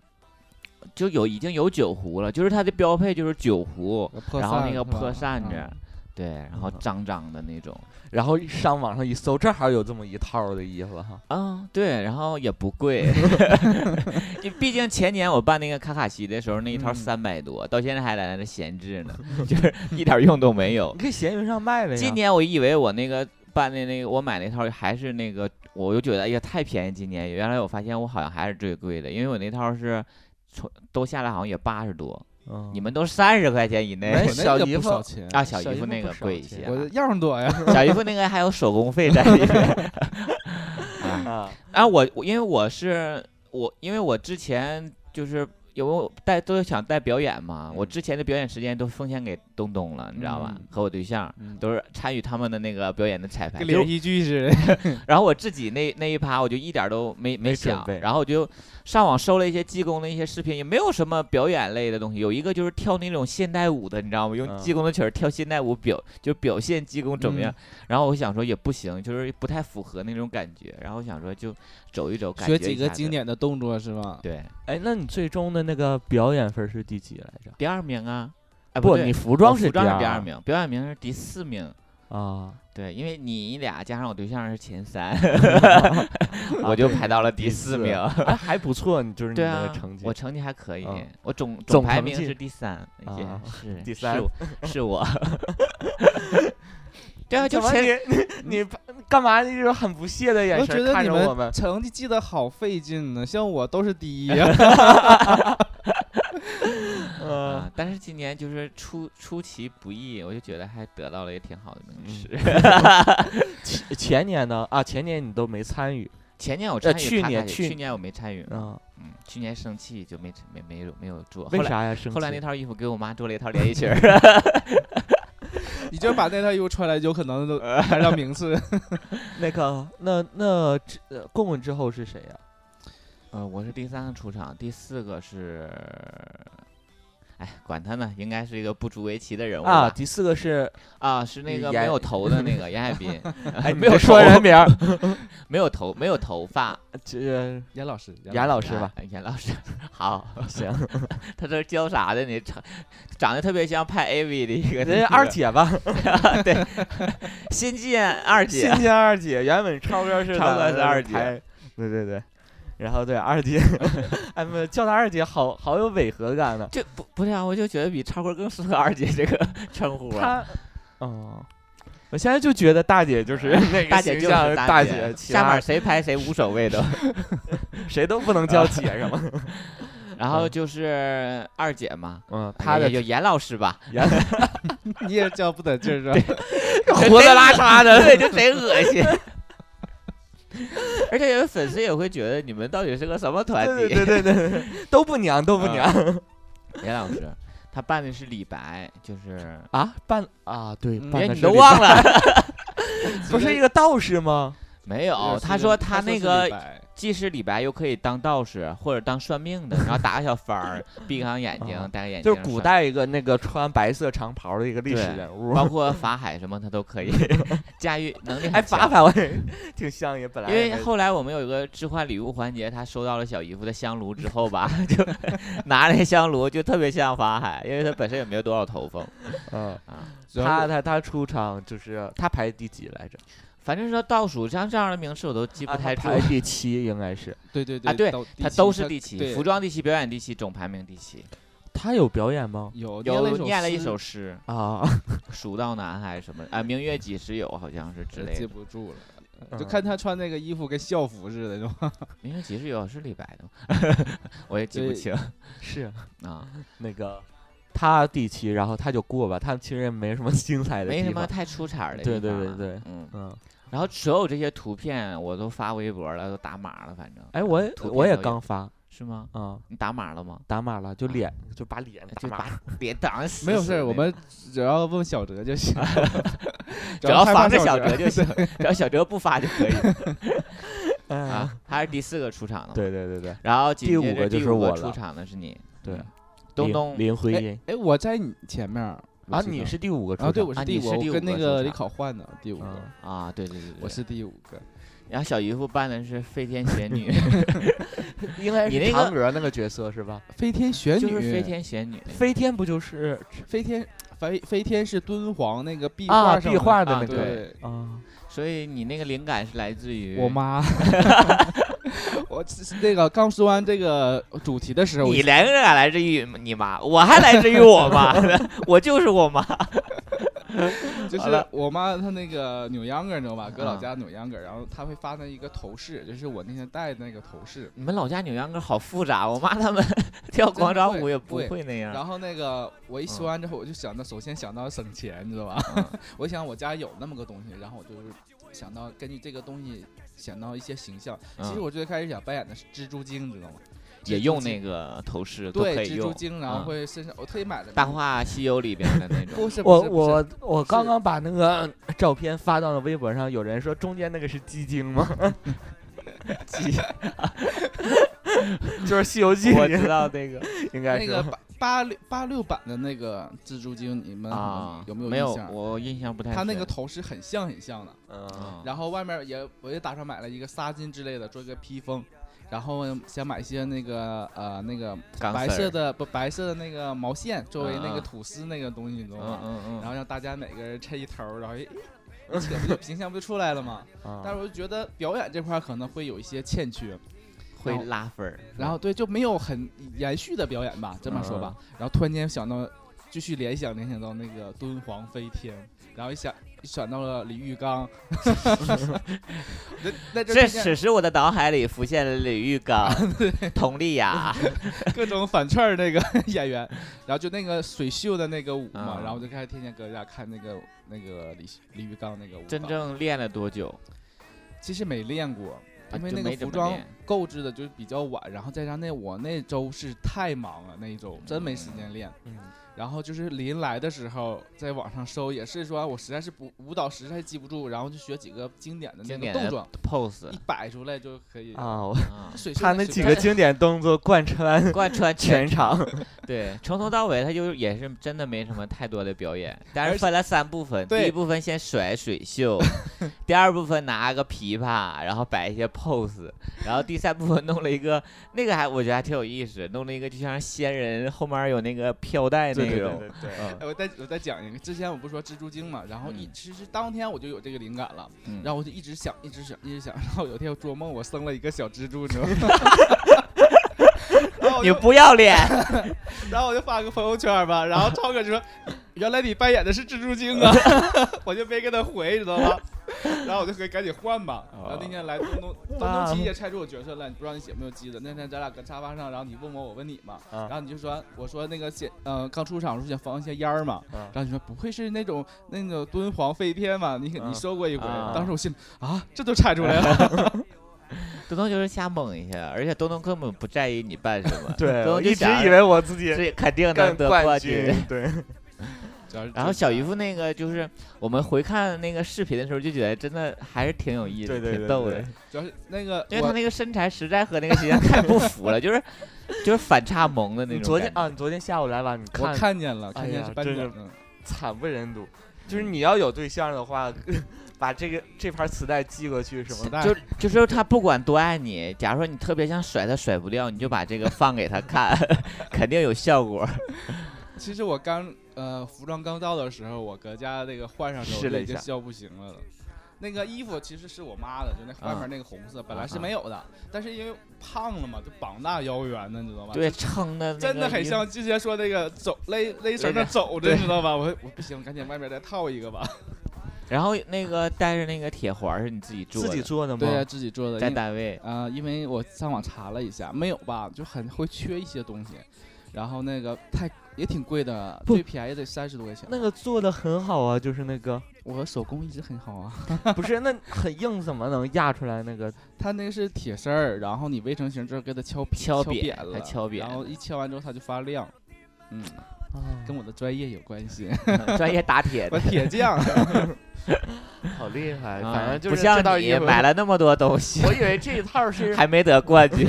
Speaker 3: 就有已经有酒壶了，就是它的标配就是酒壶，
Speaker 5: 个破
Speaker 3: 然后那
Speaker 5: 扇
Speaker 3: 个
Speaker 5: 是吧
Speaker 3: 破扇子，
Speaker 5: 啊
Speaker 3: 对，然后脏脏的那种
Speaker 4: 然后上网上一搜，正好有这么一套的衣服哈。
Speaker 3: 啊，对，然后也不贵，因为毕竟前年我办那个卡卡西的时候那一套
Speaker 5: 嗯
Speaker 3: 三百多，到现在还在那闲置呢， 就是一点用都没有
Speaker 4: 你。可以闲鱼上卖了呀。
Speaker 3: 今年我以为我那个办的那个我买那套还是那个，我就觉得哎呀太便宜，今年原来我发现我好像还是最贵的，因为我那套是从都下来好像也八十多，
Speaker 4: 嗯
Speaker 3: 你们都三十块钱以内
Speaker 4: 哎
Speaker 5: 我那
Speaker 4: 小
Speaker 5: 个
Speaker 4: 姨
Speaker 5: 不
Speaker 4: 夫
Speaker 5: 少钱
Speaker 3: 啊，小
Speaker 4: 小
Speaker 3: 姨
Speaker 4: 姨
Speaker 3: 夫
Speaker 4: 夫
Speaker 3: 那
Speaker 4: 不
Speaker 3: 个
Speaker 4: 少
Speaker 3: 贵一
Speaker 4: 钱
Speaker 3: 些
Speaker 5: 我
Speaker 3: 啊
Speaker 5: 的，样儿多呀。
Speaker 3: 小姨夫那个还有手工费在里面。啊，
Speaker 4: 啊，
Speaker 3: 啊我我因为我是我，因为我之前就是有带都想带表演嘛，我
Speaker 4: 嗯
Speaker 3: 之前的表演时间都奉献给东东了，你知道吧？
Speaker 5: 嗯
Speaker 3: 和我对象
Speaker 5: 嗯
Speaker 3: 都是参与他们的那个表演的彩排，
Speaker 5: 跟
Speaker 3: 就是
Speaker 5: 连续剧似的。
Speaker 3: 然后我自己那那一趴我就一点儿都没没
Speaker 4: 没准
Speaker 3: 想
Speaker 4: 备，
Speaker 3: 然后我就上网搜了一些技工的一些视频，也没有什么表演类的东西。有一个就是跳那种现代舞的，你知道吗？用
Speaker 4: 嗯
Speaker 3: 技工的曲儿跳现代舞表，就表现技工怎么样？然后我想说也不行，就是不太符合那种感觉。然后我想说就走一走，感觉
Speaker 5: 学几
Speaker 3: 一
Speaker 5: 个
Speaker 3: 下
Speaker 5: 经
Speaker 3: 子。
Speaker 5: 典的动作是吧？
Speaker 3: 对，
Speaker 4: 哎，那你最终的那个表演分是第几来着？
Speaker 3: 第二名啊，哎
Speaker 4: 不，
Speaker 3: 对
Speaker 4: 你
Speaker 3: 我
Speaker 4: 服
Speaker 3: 服装
Speaker 4: 装是
Speaker 3: 第二名，表演名是第四名。
Speaker 4: 啊。
Speaker 3: 对，因为你俩加上我对象是前三， 我就排到了第四名。
Speaker 4: 哎，还不错，你就是你
Speaker 3: 对啊
Speaker 4: 的，成绩
Speaker 3: 我。成绩还可以，
Speaker 4: 嗯
Speaker 3: 我总
Speaker 4: 总
Speaker 3: 排
Speaker 4: 成
Speaker 3: 名
Speaker 4: 绩
Speaker 3: 是第三，也
Speaker 4: 啊
Speaker 3: 是
Speaker 4: 第
Speaker 3: 是
Speaker 4: 三
Speaker 3: 我是 我。对啊，就嗯
Speaker 4: 怎么
Speaker 3: 前
Speaker 4: 你 你干嘛那种很不屑的眼
Speaker 5: 我觉
Speaker 4: 神
Speaker 5: 得
Speaker 4: 看
Speaker 5: 你
Speaker 4: 着我们
Speaker 5: 们？成绩记得好费劲呢，像我都是第一啊呀。
Speaker 4: 嗯，
Speaker 3: 啊，但是今年就是出出其不意，我就觉得还得到了也挺好的
Speaker 4: 嗯
Speaker 3: 名次。
Speaker 4: 前前年呢？啊，前年你都没参与
Speaker 3: 前年我参
Speaker 4: 呃
Speaker 3: 与
Speaker 4: 去
Speaker 3: 卡
Speaker 4: 年
Speaker 3: 卡去
Speaker 4: 去
Speaker 3: 年我没参与，
Speaker 4: 啊？
Speaker 3: 嗯，去年生气就没没没有没有做。后
Speaker 4: 为
Speaker 3: 来
Speaker 4: 啥呀？生
Speaker 3: 后来那
Speaker 4: 气
Speaker 3: 套衣服给我妈做了一套连衣裙儿，
Speaker 5: 你就把那套衣服穿来，有可能都
Speaker 3: 呃
Speaker 5: 排上名次。
Speaker 4: 那个那那之呃棍棍之后是谁呀？
Speaker 3: 呃，我是第三个出场，第四个是，哎，管他呢，应该是一个不足为奇的人物
Speaker 4: 啊，
Speaker 3: 吧
Speaker 4: 第四个是
Speaker 3: 啊，是那
Speaker 4: 你
Speaker 3: 个
Speaker 4: 严
Speaker 3: 没有头的那个严海滨，
Speaker 4: 哎，
Speaker 3: 没有
Speaker 4: 说
Speaker 3: 头
Speaker 4: 人名 儿，
Speaker 3: 没有头，没有头发，
Speaker 4: 这
Speaker 5: 严老师，
Speaker 4: 严老师
Speaker 3: 啊
Speaker 4: 吧？？
Speaker 3: 严老师， 好行，他这是教啥的呢？长长得特别像拍 AV 的一个那
Speaker 4: 人
Speaker 3: 个
Speaker 4: 家二姐吧，
Speaker 3: 新晋二姐
Speaker 4: 新，疆二姐，原本 超哥是
Speaker 3: 超哥
Speaker 4: 咱
Speaker 3: 是
Speaker 4: 们
Speaker 3: 二姐
Speaker 4: 排，对对对，然后对二 姐，哎，不叫她二姐好好有违和感呢。
Speaker 3: 这不不是啊，我就觉得比超哥更适合二姐这个 称呼啊。
Speaker 4: 她，哦，我现在就觉得大姐就是 那个
Speaker 3: 大姐
Speaker 4: 形
Speaker 3: 就是
Speaker 4: 象
Speaker 3: 大
Speaker 4: 大
Speaker 3: 姐
Speaker 4: 姐，其
Speaker 3: 下
Speaker 4: 他
Speaker 3: 面谁拍谁无所谓 的。
Speaker 4: 谁都不能叫姐是吗？
Speaker 3: 然后
Speaker 4: 嗯
Speaker 3: 就是二姐嘛，
Speaker 4: 嗯，
Speaker 3: 她
Speaker 4: 她
Speaker 3: 的
Speaker 4: 的
Speaker 3: 就严老师吧，
Speaker 4: 原来
Speaker 5: 你也叫不得劲儿是吧？
Speaker 4: 胡子拉碴的，
Speaker 3: 对，就贼恶心。 而且有粉丝也会觉得你们到底是个什么团
Speaker 4: 对
Speaker 3: 体？
Speaker 4: 对对对对， 都不娘都不
Speaker 3: 嗯
Speaker 4: 娘
Speaker 3: 严老师，他扮的是李白，就是
Speaker 4: 啊，扮啊对，
Speaker 5: 嗯
Speaker 4: 扮
Speaker 3: 别
Speaker 4: 的
Speaker 3: 你
Speaker 4: 是
Speaker 3: 都
Speaker 4: 李白
Speaker 3: 忘 了
Speaker 4: 不是一个道士吗？
Speaker 3: 没有？哦他说他那个既是李白，又可以当道士或者当算命的，然后打个小幡儿，闭上眼睛
Speaker 4: 啊，
Speaker 3: 戴个眼镜，
Speaker 4: 就是古，代一个那个穿白色长袍的一个历史
Speaker 3: 对
Speaker 4: 人物。
Speaker 3: 包括法海什么，他都可以驾驭能力
Speaker 4: 哎，
Speaker 3: 很
Speaker 4: 法
Speaker 3: 强。
Speaker 4: 法我也 挺像也，本来
Speaker 3: 因
Speaker 4: 也
Speaker 3: 为
Speaker 4: 没
Speaker 3: 后来我们有一个置换礼物环节，他收到了小姨夫的香炉之后吧，就 拿着香炉就特别像法海，因为他本身也没有多少头发
Speaker 4: 嗯，
Speaker 3: 啊。
Speaker 4: 他他他出场就是他排第几来着？
Speaker 3: 反正说倒数像这样的名次我都记不
Speaker 4: 啊他
Speaker 3: 太住，
Speaker 4: 排第七应该是。
Speaker 5: 对对
Speaker 3: 啊对
Speaker 5: 都
Speaker 3: 他
Speaker 5: 第
Speaker 3: 都
Speaker 5: 七
Speaker 3: 是第七，
Speaker 5: 对
Speaker 3: 服装第七，表演第七，总排名第七。
Speaker 4: 他有表演吗？
Speaker 5: 有
Speaker 3: 有念
Speaker 5: 了
Speaker 3: 了一首
Speaker 5: 诗，
Speaker 3: 诗，
Speaker 4: 啊，
Speaker 3: 《蜀道难》还是什么啊？明月几时有，好像是之
Speaker 5: 我
Speaker 3: 类
Speaker 5: 呃记
Speaker 3: 的。
Speaker 5: 不住了。就看他穿那个衣服跟校服似的，是吧？
Speaker 3: 明月几时有是李白的吗？ 我也记不
Speaker 5: 对
Speaker 3: 清
Speaker 4: 是
Speaker 3: 啊，
Speaker 4: 那个他第七，然后他就过吧。他其实也没什么 精彩的地
Speaker 3: 没
Speaker 4: 方，
Speaker 3: 什么太出彩儿的地
Speaker 4: 对
Speaker 3: 方。
Speaker 4: 对对对，
Speaker 3: 嗯。
Speaker 4: 嗯，
Speaker 3: 然后所有这些图片我都发微博了，都打码了，反正。
Speaker 4: 哎，我也
Speaker 3: 图片
Speaker 4: 我也
Speaker 3: 都有
Speaker 4: 刚发啊、
Speaker 3: 是吗？
Speaker 4: 嗯，
Speaker 3: 你打码了吗？
Speaker 4: 打码了，就
Speaker 3: 啊
Speaker 4: 脸就把脸打
Speaker 3: 就
Speaker 4: 码
Speaker 3: 把脸打 死。
Speaker 5: 没有事儿，我们只要问小哲就 行，
Speaker 3: 只要
Speaker 5: 害
Speaker 3: 防
Speaker 5: 怕
Speaker 3: 着
Speaker 5: 小
Speaker 3: 小哲就行，只要小哲不发就可以
Speaker 4: 哎呀
Speaker 3: 啊。他是第四个出场的，。
Speaker 4: 对对对对
Speaker 3: 然后
Speaker 4: 第
Speaker 3: 紧
Speaker 4: 五
Speaker 3: 接着
Speaker 4: 个就
Speaker 3: 第
Speaker 4: 是
Speaker 3: 五个
Speaker 4: 我
Speaker 3: 出
Speaker 4: 了
Speaker 3: 场的是你，
Speaker 4: 对
Speaker 3: 嗯，东
Speaker 4: 林
Speaker 3: 东
Speaker 4: 林徽
Speaker 5: 哎
Speaker 4: 因
Speaker 5: 哎，我在你前面儿，我
Speaker 4: 啊，
Speaker 5: 记
Speaker 4: 你
Speaker 5: 得
Speaker 4: 是第五个出
Speaker 5: 啊？对，
Speaker 4: 场
Speaker 5: 我
Speaker 3: 啊
Speaker 5: 是
Speaker 3: 你
Speaker 5: 第
Speaker 3: 是
Speaker 5: 五，
Speaker 3: 第
Speaker 5: 我
Speaker 3: 五
Speaker 5: 跟
Speaker 3: 个
Speaker 5: 那
Speaker 3: 出
Speaker 5: 个李
Speaker 3: 场
Speaker 5: 考换的第五个，
Speaker 4: 啊
Speaker 3: 啊，对对对，对
Speaker 5: 我是第五个。
Speaker 3: 然后小姨夫扮的是飞天仙女，
Speaker 4: 应该
Speaker 3: 你
Speaker 4: 是
Speaker 3: 那
Speaker 4: 嫦
Speaker 3: 个
Speaker 4: 娥那个角色是吧？
Speaker 5: 飞天玄女，
Speaker 3: 就是飞天仙女。
Speaker 4: 飞天不就是
Speaker 5: 飞天飞飞天是敦煌那个壁
Speaker 4: 啊
Speaker 5: 上
Speaker 4: 壁
Speaker 5: 的
Speaker 4: 画的
Speaker 3: 啊
Speaker 4: 那个
Speaker 5: 对，
Speaker 4: 啊？
Speaker 3: 所以你那个灵感是来自于
Speaker 5: 我妈。 我其实那个刚说完这个主题的时候，我
Speaker 3: 你连个来自于你妈，我还来自于我妈，我就是我妈。
Speaker 5: 就
Speaker 3: 好
Speaker 5: 是
Speaker 3: 了
Speaker 5: 我妈她那个扭秧歌，你知道吧？搁老
Speaker 3: 啊
Speaker 5: 家扭秧歌，然后她会发那一个头饰，就是我那天戴的那个头饰。
Speaker 3: 你们老家扭秧歌好复杂，我 妈他们跳广场舞也不
Speaker 5: 会
Speaker 3: 会那样。
Speaker 5: 然后那个我一说完之后，我就想到，首先想到省钱，你知道吧？ 我想我家有那么个东西，然后我就是想到根据这个东西想到一些形象。其实
Speaker 3: 嗯
Speaker 5: 我最开始想扮演的是蜘蛛精，你知道吗？
Speaker 3: 也
Speaker 5: 蜘蛛
Speaker 3: 用
Speaker 5: 精
Speaker 3: 那个头饰都可
Speaker 5: 对
Speaker 3: 以
Speaker 5: 蜘蛛
Speaker 3: 用，
Speaker 5: 精，然后
Speaker 3: 嗯
Speaker 5: 会身上我特意买的
Speaker 3: 《
Speaker 5: 那
Speaker 3: 大
Speaker 5: 个
Speaker 3: 话西游》里边的那种。
Speaker 5: 不是不
Speaker 4: 我
Speaker 5: 是不是
Speaker 4: 我我刚
Speaker 5: 是
Speaker 4: 刚把那个照片发到了微博上，有人说中间那个是鸡精吗？ 鸡， 就是《西游记》
Speaker 3: 我
Speaker 4: 里
Speaker 3: 知 道那个
Speaker 4: 应该
Speaker 5: 那
Speaker 4: 是
Speaker 5: 个八八六八六版的那个蜘蛛精，你
Speaker 4: 嗯
Speaker 5: 们
Speaker 3: 啊，
Speaker 5: 有
Speaker 3: 没
Speaker 5: 没印
Speaker 3: 有？
Speaker 5: 象？
Speaker 3: 我印象不太深。
Speaker 5: 它那个头饰很像很像的，
Speaker 4: 嗯
Speaker 3: 啊，
Speaker 5: 然后外面也我也打算买了一个纱巾之类的做一个披风，然后呢想买一些那个呃那个
Speaker 3: 钢
Speaker 5: 白
Speaker 3: 丝儿
Speaker 5: 色，的不白色的那个毛线作为那
Speaker 3: 嗯
Speaker 5: 个
Speaker 3: 嗯
Speaker 5: 吐司那个东西，你知道
Speaker 3: 嗯
Speaker 5: 吗？
Speaker 3: 嗯嗯，
Speaker 5: 然后让大家每个人抻一头儿，然后一一扯不就形象不就出来了吗？但
Speaker 4: 啊，
Speaker 5: 是我就觉得表演这块儿可能会有一些欠缺，
Speaker 3: 会
Speaker 5: 然后
Speaker 3: 拉分儿。嗯
Speaker 5: 然后对，就没有很延续的表演吧，这么说吧。
Speaker 3: 嗯
Speaker 5: 然后突然间想到，继续联想联想到那个敦煌飞天，然后一想一想到了李玉 刚，那那就
Speaker 3: 这
Speaker 5: 出现
Speaker 3: 此时我的脑海里浮现了李玉刚、佟丽 娅，
Speaker 5: 各种反串儿那个 演员，然后就那个水袖的那个舞嘛，
Speaker 3: 嗯
Speaker 5: 然后就开始天天搁家看那个那个李李玉刚那个舞蹈。
Speaker 3: 真正练了多久？
Speaker 5: 其实没练过。
Speaker 3: 啊
Speaker 5: 因为
Speaker 3: 就
Speaker 5: 那个
Speaker 3: 没怎
Speaker 5: 服
Speaker 3: 么
Speaker 5: 装
Speaker 3: 练
Speaker 5: 购置的就比较晚，然后再加上那我那周是太忙了，那一
Speaker 3: 嗯
Speaker 5: 周真没时间练。然后就是临来的时候，在网上搜，也是说我实在是不舞蹈实在记不住，然后就学几个经典的那
Speaker 3: 经
Speaker 5: 个
Speaker 3: 典
Speaker 5: 动
Speaker 3: 的
Speaker 5: 作，
Speaker 3: pose
Speaker 5: 一摆出来就可以。
Speaker 4: 啊，我
Speaker 3: 啊，
Speaker 5: 水袖
Speaker 4: 他
Speaker 5: 那
Speaker 4: 那
Speaker 5: 水
Speaker 4: 几
Speaker 5: 袖
Speaker 4: 个经典动作贯穿
Speaker 3: 贯穿
Speaker 4: 全场，
Speaker 3: 对，从头到尾他就也是真的没什么太多的表演，但
Speaker 5: 而
Speaker 3: 是分了三部分，第
Speaker 5: 对
Speaker 3: 一部分先甩水 袖，第二部分拿个琵琶，然后摆一些 pose，然后第三部分弄了一个那个还我觉得还挺有意思，弄了一个就像仙人后面有那个飘带那种，
Speaker 4: 对
Speaker 5: 哎我再我再讲一个，之前我不是说蜘蛛精嘛，然后一、
Speaker 3: 嗯
Speaker 5: 其实当天我就有这个灵感了，
Speaker 3: 嗯
Speaker 5: 然后我就一直想，一直想，一直想，然后有一天我做梦，我生了一个小蜘蛛，你知道吗？然后我
Speaker 3: 你
Speaker 5: 就
Speaker 3: 不要脸，
Speaker 5: 然后我就发个朋友圈吧，然后超哥就说：“ 原来你扮演的是蜘蛛精 啊！”我就没跟他回，你知道吧？然后我就可以赶紧换吧。
Speaker 3: 哦
Speaker 5: 然后那天来东东东东七也猜出我角色来，你不知道你写没有记得？那天咱俩搁沙发上，然后你问我，我问你嘛，
Speaker 4: 啊
Speaker 5: 然后你就说我说那个写呃刚出场的时候想放一些烟儿嘛，
Speaker 4: 啊
Speaker 5: 然后你说不会是那种那种敦煌飞天嘛？你
Speaker 4: 啊，
Speaker 5: 你说过一回，
Speaker 3: 啊
Speaker 5: 当时我心里啊这都猜出来了，
Speaker 3: 东东就是瞎蒙一下，而且东东根本不在意你扮什么
Speaker 4: 对，
Speaker 3: 东
Speaker 4: 我
Speaker 3: 东就
Speaker 4: 一直
Speaker 3: 想
Speaker 4: 以为我自己
Speaker 3: 这肯定
Speaker 4: 干
Speaker 3: 能得
Speaker 4: 冠
Speaker 3: 冠
Speaker 4: 军
Speaker 3: 军。，
Speaker 4: 对，
Speaker 5: 主要是
Speaker 3: 然后小姨夫那个就是我们回看那个视频的时候，就觉得真的还是挺有意思，
Speaker 4: 对对对
Speaker 3: 挺逗的
Speaker 4: 对。
Speaker 5: 主要是那个
Speaker 3: 因为他
Speaker 5: 我
Speaker 3: 那个身材实在和那个形象太不符 了，就是就是反差萌的那
Speaker 4: 你
Speaker 3: 种。
Speaker 4: 昨天，啊，你昨天下午来晚，你
Speaker 5: 我
Speaker 4: 看
Speaker 5: 看见了，看
Speaker 4: 哎
Speaker 5: 见
Speaker 4: 呀
Speaker 5: 是班
Speaker 4: 真
Speaker 5: 长
Speaker 4: 是
Speaker 5: 嗯
Speaker 4: 惨不忍睹。就是你要有对象的话， 把这个这盘磁带寄过去是
Speaker 5: 磁
Speaker 4: 吗？
Speaker 5: 带
Speaker 3: 就哦就是他不管多爱你，假如说你特别想甩他甩不掉，你就把这个放给他看， 肯定有效果。
Speaker 5: 其实我刚呃服装刚到的时候，我搁家那个换上之后
Speaker 4: 试了
Speaker 5: 就
Speaker 4: 一
Speaker 5: 已经
Speaker 4: 下
Speaker 5: 笑不行了了。那个衣服其实是我妈的，就那
Speaker 3: 啊
Speaker 5: 外面
Speaker 4: 嗯
Speaker 5: 那个红色，本
Speaker 3: 啊
Speaker 5: 来是
Speaker 3: 啊
Speaker 5: 没有的，但是因为胖了嘛，就膀大腰圆的，你知道吧？
Speaker 3: 对，，撑的
Speaker 5: 真的很像之前说那个走勒勒绳的走着，
Speaker 3: 对
Speaker 5: 你知道吧？我我不行，赶紧外面再套一个吧。
Speaker 3: 然后那个带着那个铁环是你自己做
Speaker 4: 自
Speaker 3: 的，
Speaker 4: 己做的吗？
Speaker 5: 对呀，啊自己做的。
Speaker 3: 在
Speaker 5: 因为
Speaker 3: 单位
Speaker 5: 啊、因为我上网查了一下，没有吧，就很会缺一些东西，然后那个太也挺贵的，
Speaker 4: 不
Speaker 5: 最便宜得三十多块钱。
Speaker 4: 那个做的很好啊，就是那个
Speaker 5: 我手工一直很好啊。
Speaker 4: 不是那很硬，怎么能压出来那个？
Speaker 5: 它那个是铁丝儿，然后你微成型之后给它敲扁
Speaker 3: 敲扁
Speaker 5: 扁
Speaker 3: 它
Speaker 5: 了，
Speaker 3: 敲扁
Speaker 5: 然后
Speaker 3: 了
Speaker 5: 一敲完之后它就发亮。嗯，
Speaker 3: 啊
Speaker 5: 跟我的专业有关系，
Speaker 3: 专业打铁
Speaker 5: 我
Speaker 3: 的，
Speaker 5: 铁匠。
Speaker 4: 好厉害
Speaker 3: 啊
Speaker 4: 反正就是
Speaker 3: 不像
Speaker 4: 这道
Speaker 3: 你
Speaker 4: 衣服
Speaker 3: 买了那么多东西，，
Speaker 4: 我以为这一套是
Speaker 3: 还没得冠军。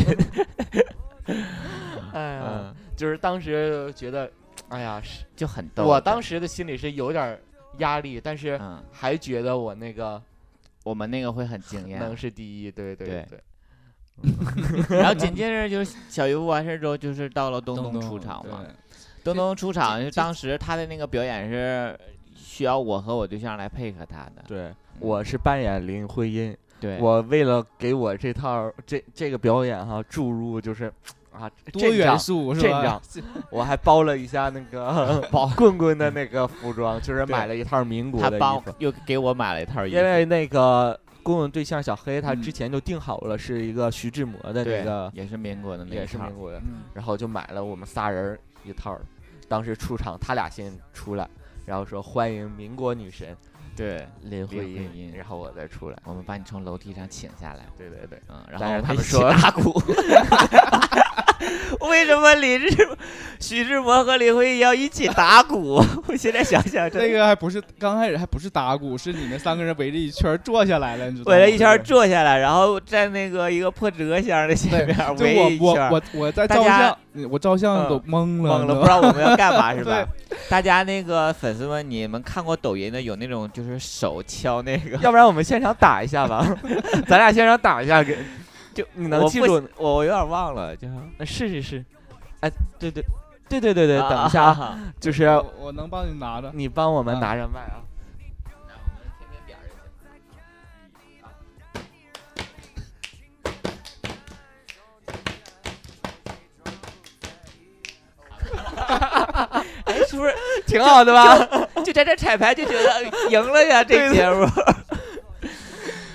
Speaker 4: 哎呀
Speaker 3: 嗯，
Speaker 4: 就是当时觉得哎呀，是
Speaker 3: 就很逗。
Speaker 4: 我当
Speaker 3: 时，
Speaker 4: 时的心里是有点儿压力，但是
Speaker 3: 嗯，
Speaker 4: 还觉得我那个
Speaker 3: 我们那个会很惊
Speaker 4: 能
Speaker 3: 艳。
Speaker 4: 是第一，对对
Speaker 3: 嗯对
Speaker 4: 对，
Speaker 3: 然后紧接着就是小渔夫完事儿之后，就是到了东
Speaker 5: 东
Speaker 3: 东出场嘛。
Speaker 5: 对
Speaker 3: 东东出场，
Speaker 5: 这
Speaker 3: 就当时他的那个表演是需要我和我对象来配合他的。
Speaker 4: 对，我是扮演林徽因，
Speaker 3: 对，
Speaker 4: 我为了给我这套这这个表演哈注入就是啊
Speaker 5: 多
Speaker 4: 阵
Speaker 5: 元
Speaker 4: 仗
Speaker 5: 素是
Speaker 4: 阵
Speaker 5: 吧
Speaker 4: 仗？ 我还包了一下那 个 包棍棍的那个服装，就是买了一套民国
Speaker 3: 他
Speaker 4: 的衣
Speaker 3: 帮
Speaker 4: 服，
Speaker 3: 又给我买了一套衣服，
Speaker 4: 因为那个棍棍对象小黑他
Speaker 5: 嗯
Speaker 4: 之前就定好了是一个徐志摩的那
Speaker 3: 对
Speaker 4: 个，
Speaker 3: 也是民国的那
Speaker 4: 也
Speaker 3: 一
Speaker 4: 是
Speaker 3: 套
Speaker 4: 民。国的，
Speaker 3: 嗯
Speaker 4: 然后就买了我们仨人儿一套儿。当时出场，他俩先出来，然后说欢迎民国女神
Speaker 3: 对，
Speaker 4: 林徽
Speaker 3: 林徽因
Speaker 4: 因，然后我再出来。
Speaker 3: 我们把你从楼梯上请下来。
Speaker 4: 对对对，
Speaker 3: 嗯，然后
Speaker 4: 但是
Speaker 3: 我
Speaker 4: 他
Speaker 3: 一
Speaker 4: 们
Speaker 3: 起
Speaker 4: 说
Speaker 3: 打鼓。 为什么林志、徐志摩和林徽因要一起打鼓？ 我现在想想，
Speaker 5: 那
Speaker 3: 这
Speaker 5: 个还不是刚开始还不是打鼓，是你们三个人围着一圈儿坐下来了，你知道吗？
Speaker 3: 围了一圈儿坐下来，然后在那个一个破折箱的前面
Speaker 5: 就
Speaker 3: 围一
Speaker 5: 我
Speaker 3: 圈
Speaker 5: 我
Speaker 3: 儿，
Speaker 5: 我我在
Speaker 3: 大
Speaker 5: 照
Speaker 3: 家嗯
Speaker 5: 相，我照相都懵了，
Speaker 3: 懵
Speaker 5: 你
Speaker 3: 了，
Speaker 5: 知道
Speaker 3: 不知
Speaker 5: 吗
Speaker 3: 道我们要干嘛是吧？ 大家那个粉丝们，你们看过抖音的有那种就是手敲那个，
Speaker 4: 要不然我们现场打一下 吧，咱俩现场打一下，给就你能
Speaker 3: 我
Speaker 4: 记
Speaker 3: 不
Speaker 4: 住？
Speaker 3: 我我有点忘了，就是
Speaker 4: 那试试试。哎，对对对对对对，等一下 啊，
Speaker 3: 啊，
Speaker 4: 就是
Speaker 5: 我我能帮你拿
Speaker 3: 嗯
Speaker 5: 着。
Speaker 4: 你帮我们
Speaker 5: 啊
Speaker 4: 拿着 麦啊。
Speaker 3: 哎，是不是
Speaker 4: 挺好的吧？
Speaker 3: 就在这彩排就觉得呃赢了呀， 这节目。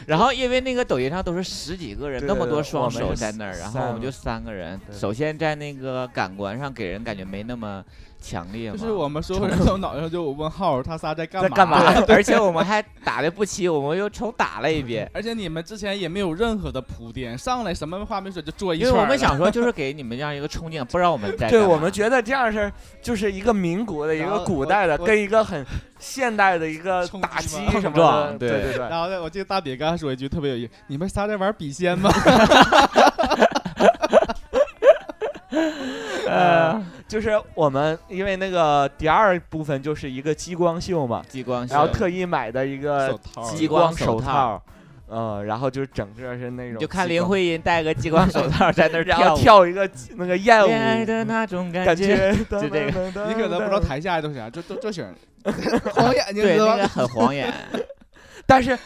Speaker 3: 然后因为那个抖音上都是十几个人，
Speaker 4: 对
Speaker 3: 那么
Speaker 4: 对
Speaker 3: 多
Speaker 4: 对
Speaker 3: 双
Speaker 4: 我们
Speaker 3: 手
Speaker 4: 是
Speaker 3: 在那儿，然后
Speaker 4: 三
Speaker 3: 我们就
Speaker 4: 嘛
Speaker 3: 三个人。
Speaker 4: 对
Speaker 3: 首先在那个感官上给人感觉没那么强烈
Speaker 5: 就
Speaker 3: 嘛，
Speaker 5: 是我们 所有
Speaker 3: 嗯
Speaker 5: 人从脑袋上就有问号，他仨在干
Speaker 4: 在
Speaker 5: 嘛？，
Speaker 4: 干嘛？
Speaker 3: 而且我们还打的不齐，我们又重打了一遍
Speaker 5: 而且你们之前也没有任何的铺垫，上来什么话没说就做一
Speaker 3: 因
Speaker 5: 圈
Speaker 3: 为
Speaker 5: 儿了。
Speaker 3: 我们想说就是给你们这样一个冲劲，不知道我们在
Speaker 4: 对
Speaker 3: 干
Speaker 4: 我
Speaker 3: 嘛
Speaker 4: 们觉得这样是就是一个民国的一
Speaker 5: 然
Speaker 4: 个
Speaker 5: 后
Speaker 4: 古
Speaker 5: 我
Speaker 4: 代的，
Speaker 5: 我
Speaker 4: 跟一个很现代的一个
Speaker 5: 冲
Speaker 4: 打
Speaker 5: 击
Speaker 4: 击
Speaker 5: 嘛
Speaker 4: 什
Speaker 3: 碰
Speaker 4: 么的，
Speaker 3: 撞
Speaker 4: 对
Speaker 3: 对
Speaker 4: 对对。
Speaker 5: 然后呢，我记得大比刚才说一句特别有意思：“你们仨在玩笔仙吗
Speaker 4: 呃，就是我们因为那个第二部分就是一个激光秀嘛，
Speaker 3: 激光秀，
Speaker 4: 然后特意买的一？”
Speaker 3: 呃
Speaker 5: 手
Speaker 4: 个
Speaker 5: 套儿，
Speaker 3: 激
Speaker 4: 激
Speaker 3: 光
Speaker 4: 光
Speaker 3: 手
Speaker 4: 手
Speaker 3: 套
Speaker 4: 套，嗯，然后就是整个是那种
Speaker 3: 你就看
Speaker 4: 激
Speaker 3: 林
Speaker 4: 光，
Speaker 3: 徽因戴个激光手 套在那儿
Speaker 4: 然后
Speaker 3: 舞，
Speaker 4: 跳一个激那 个艳
Speaker 3: 恋爱
Speaker 4: 舞，
Speaker 3: 的那种
Speaker 4: 感
Speaker 3: 觉
Speaker 4: 觉
Speaker 3: 就这
Speaker 4: 个，
Speaker 5: 你可能不知道，台下都是啥，就就这 型儿，红眼睛
Speaker 3: 对
Speaker 5: 知道吧
Speaker 3: 那 个？很晃眼，
Speaker 4: 嗯但是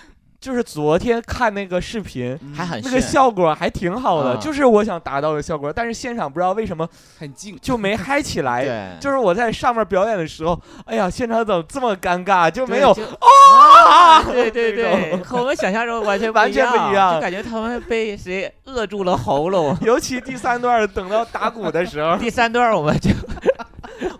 Speaker 4: 就是昨天看那个视频。
Speaker 5: 嗯
Speaker 3: 还很
Speaker 4: 那个
Speaker 3: 炫
Speaker 4: 效果还挺好的，
Speaker 3: 嗯
Speaker 4: 就是我想达到的效果，但是现场不知道为什么
Speaker 5: 很静，
Speaker 4: 就没嗨 起来。
Speaker 3: 对，
Speaker 4: 就是我在上面表演的时候，哎呀，现场怎么这么尴尬？就
Speaker 3: 对
Speaker 4: 没有哦
Speaker 3: 就 啊，对对
Speaker 4: 那
Speaker 3: 对，和我们想象中完 全
Speaker 4: 完全不一样
Speaker 3: 就感觉他们被谁扼住了喉 咙。
Speaker 4: 尤其第三段儿等到打鼓
Speaker 3: ，
Speaker 4: 的时候
Speaker 3: 第三段我们就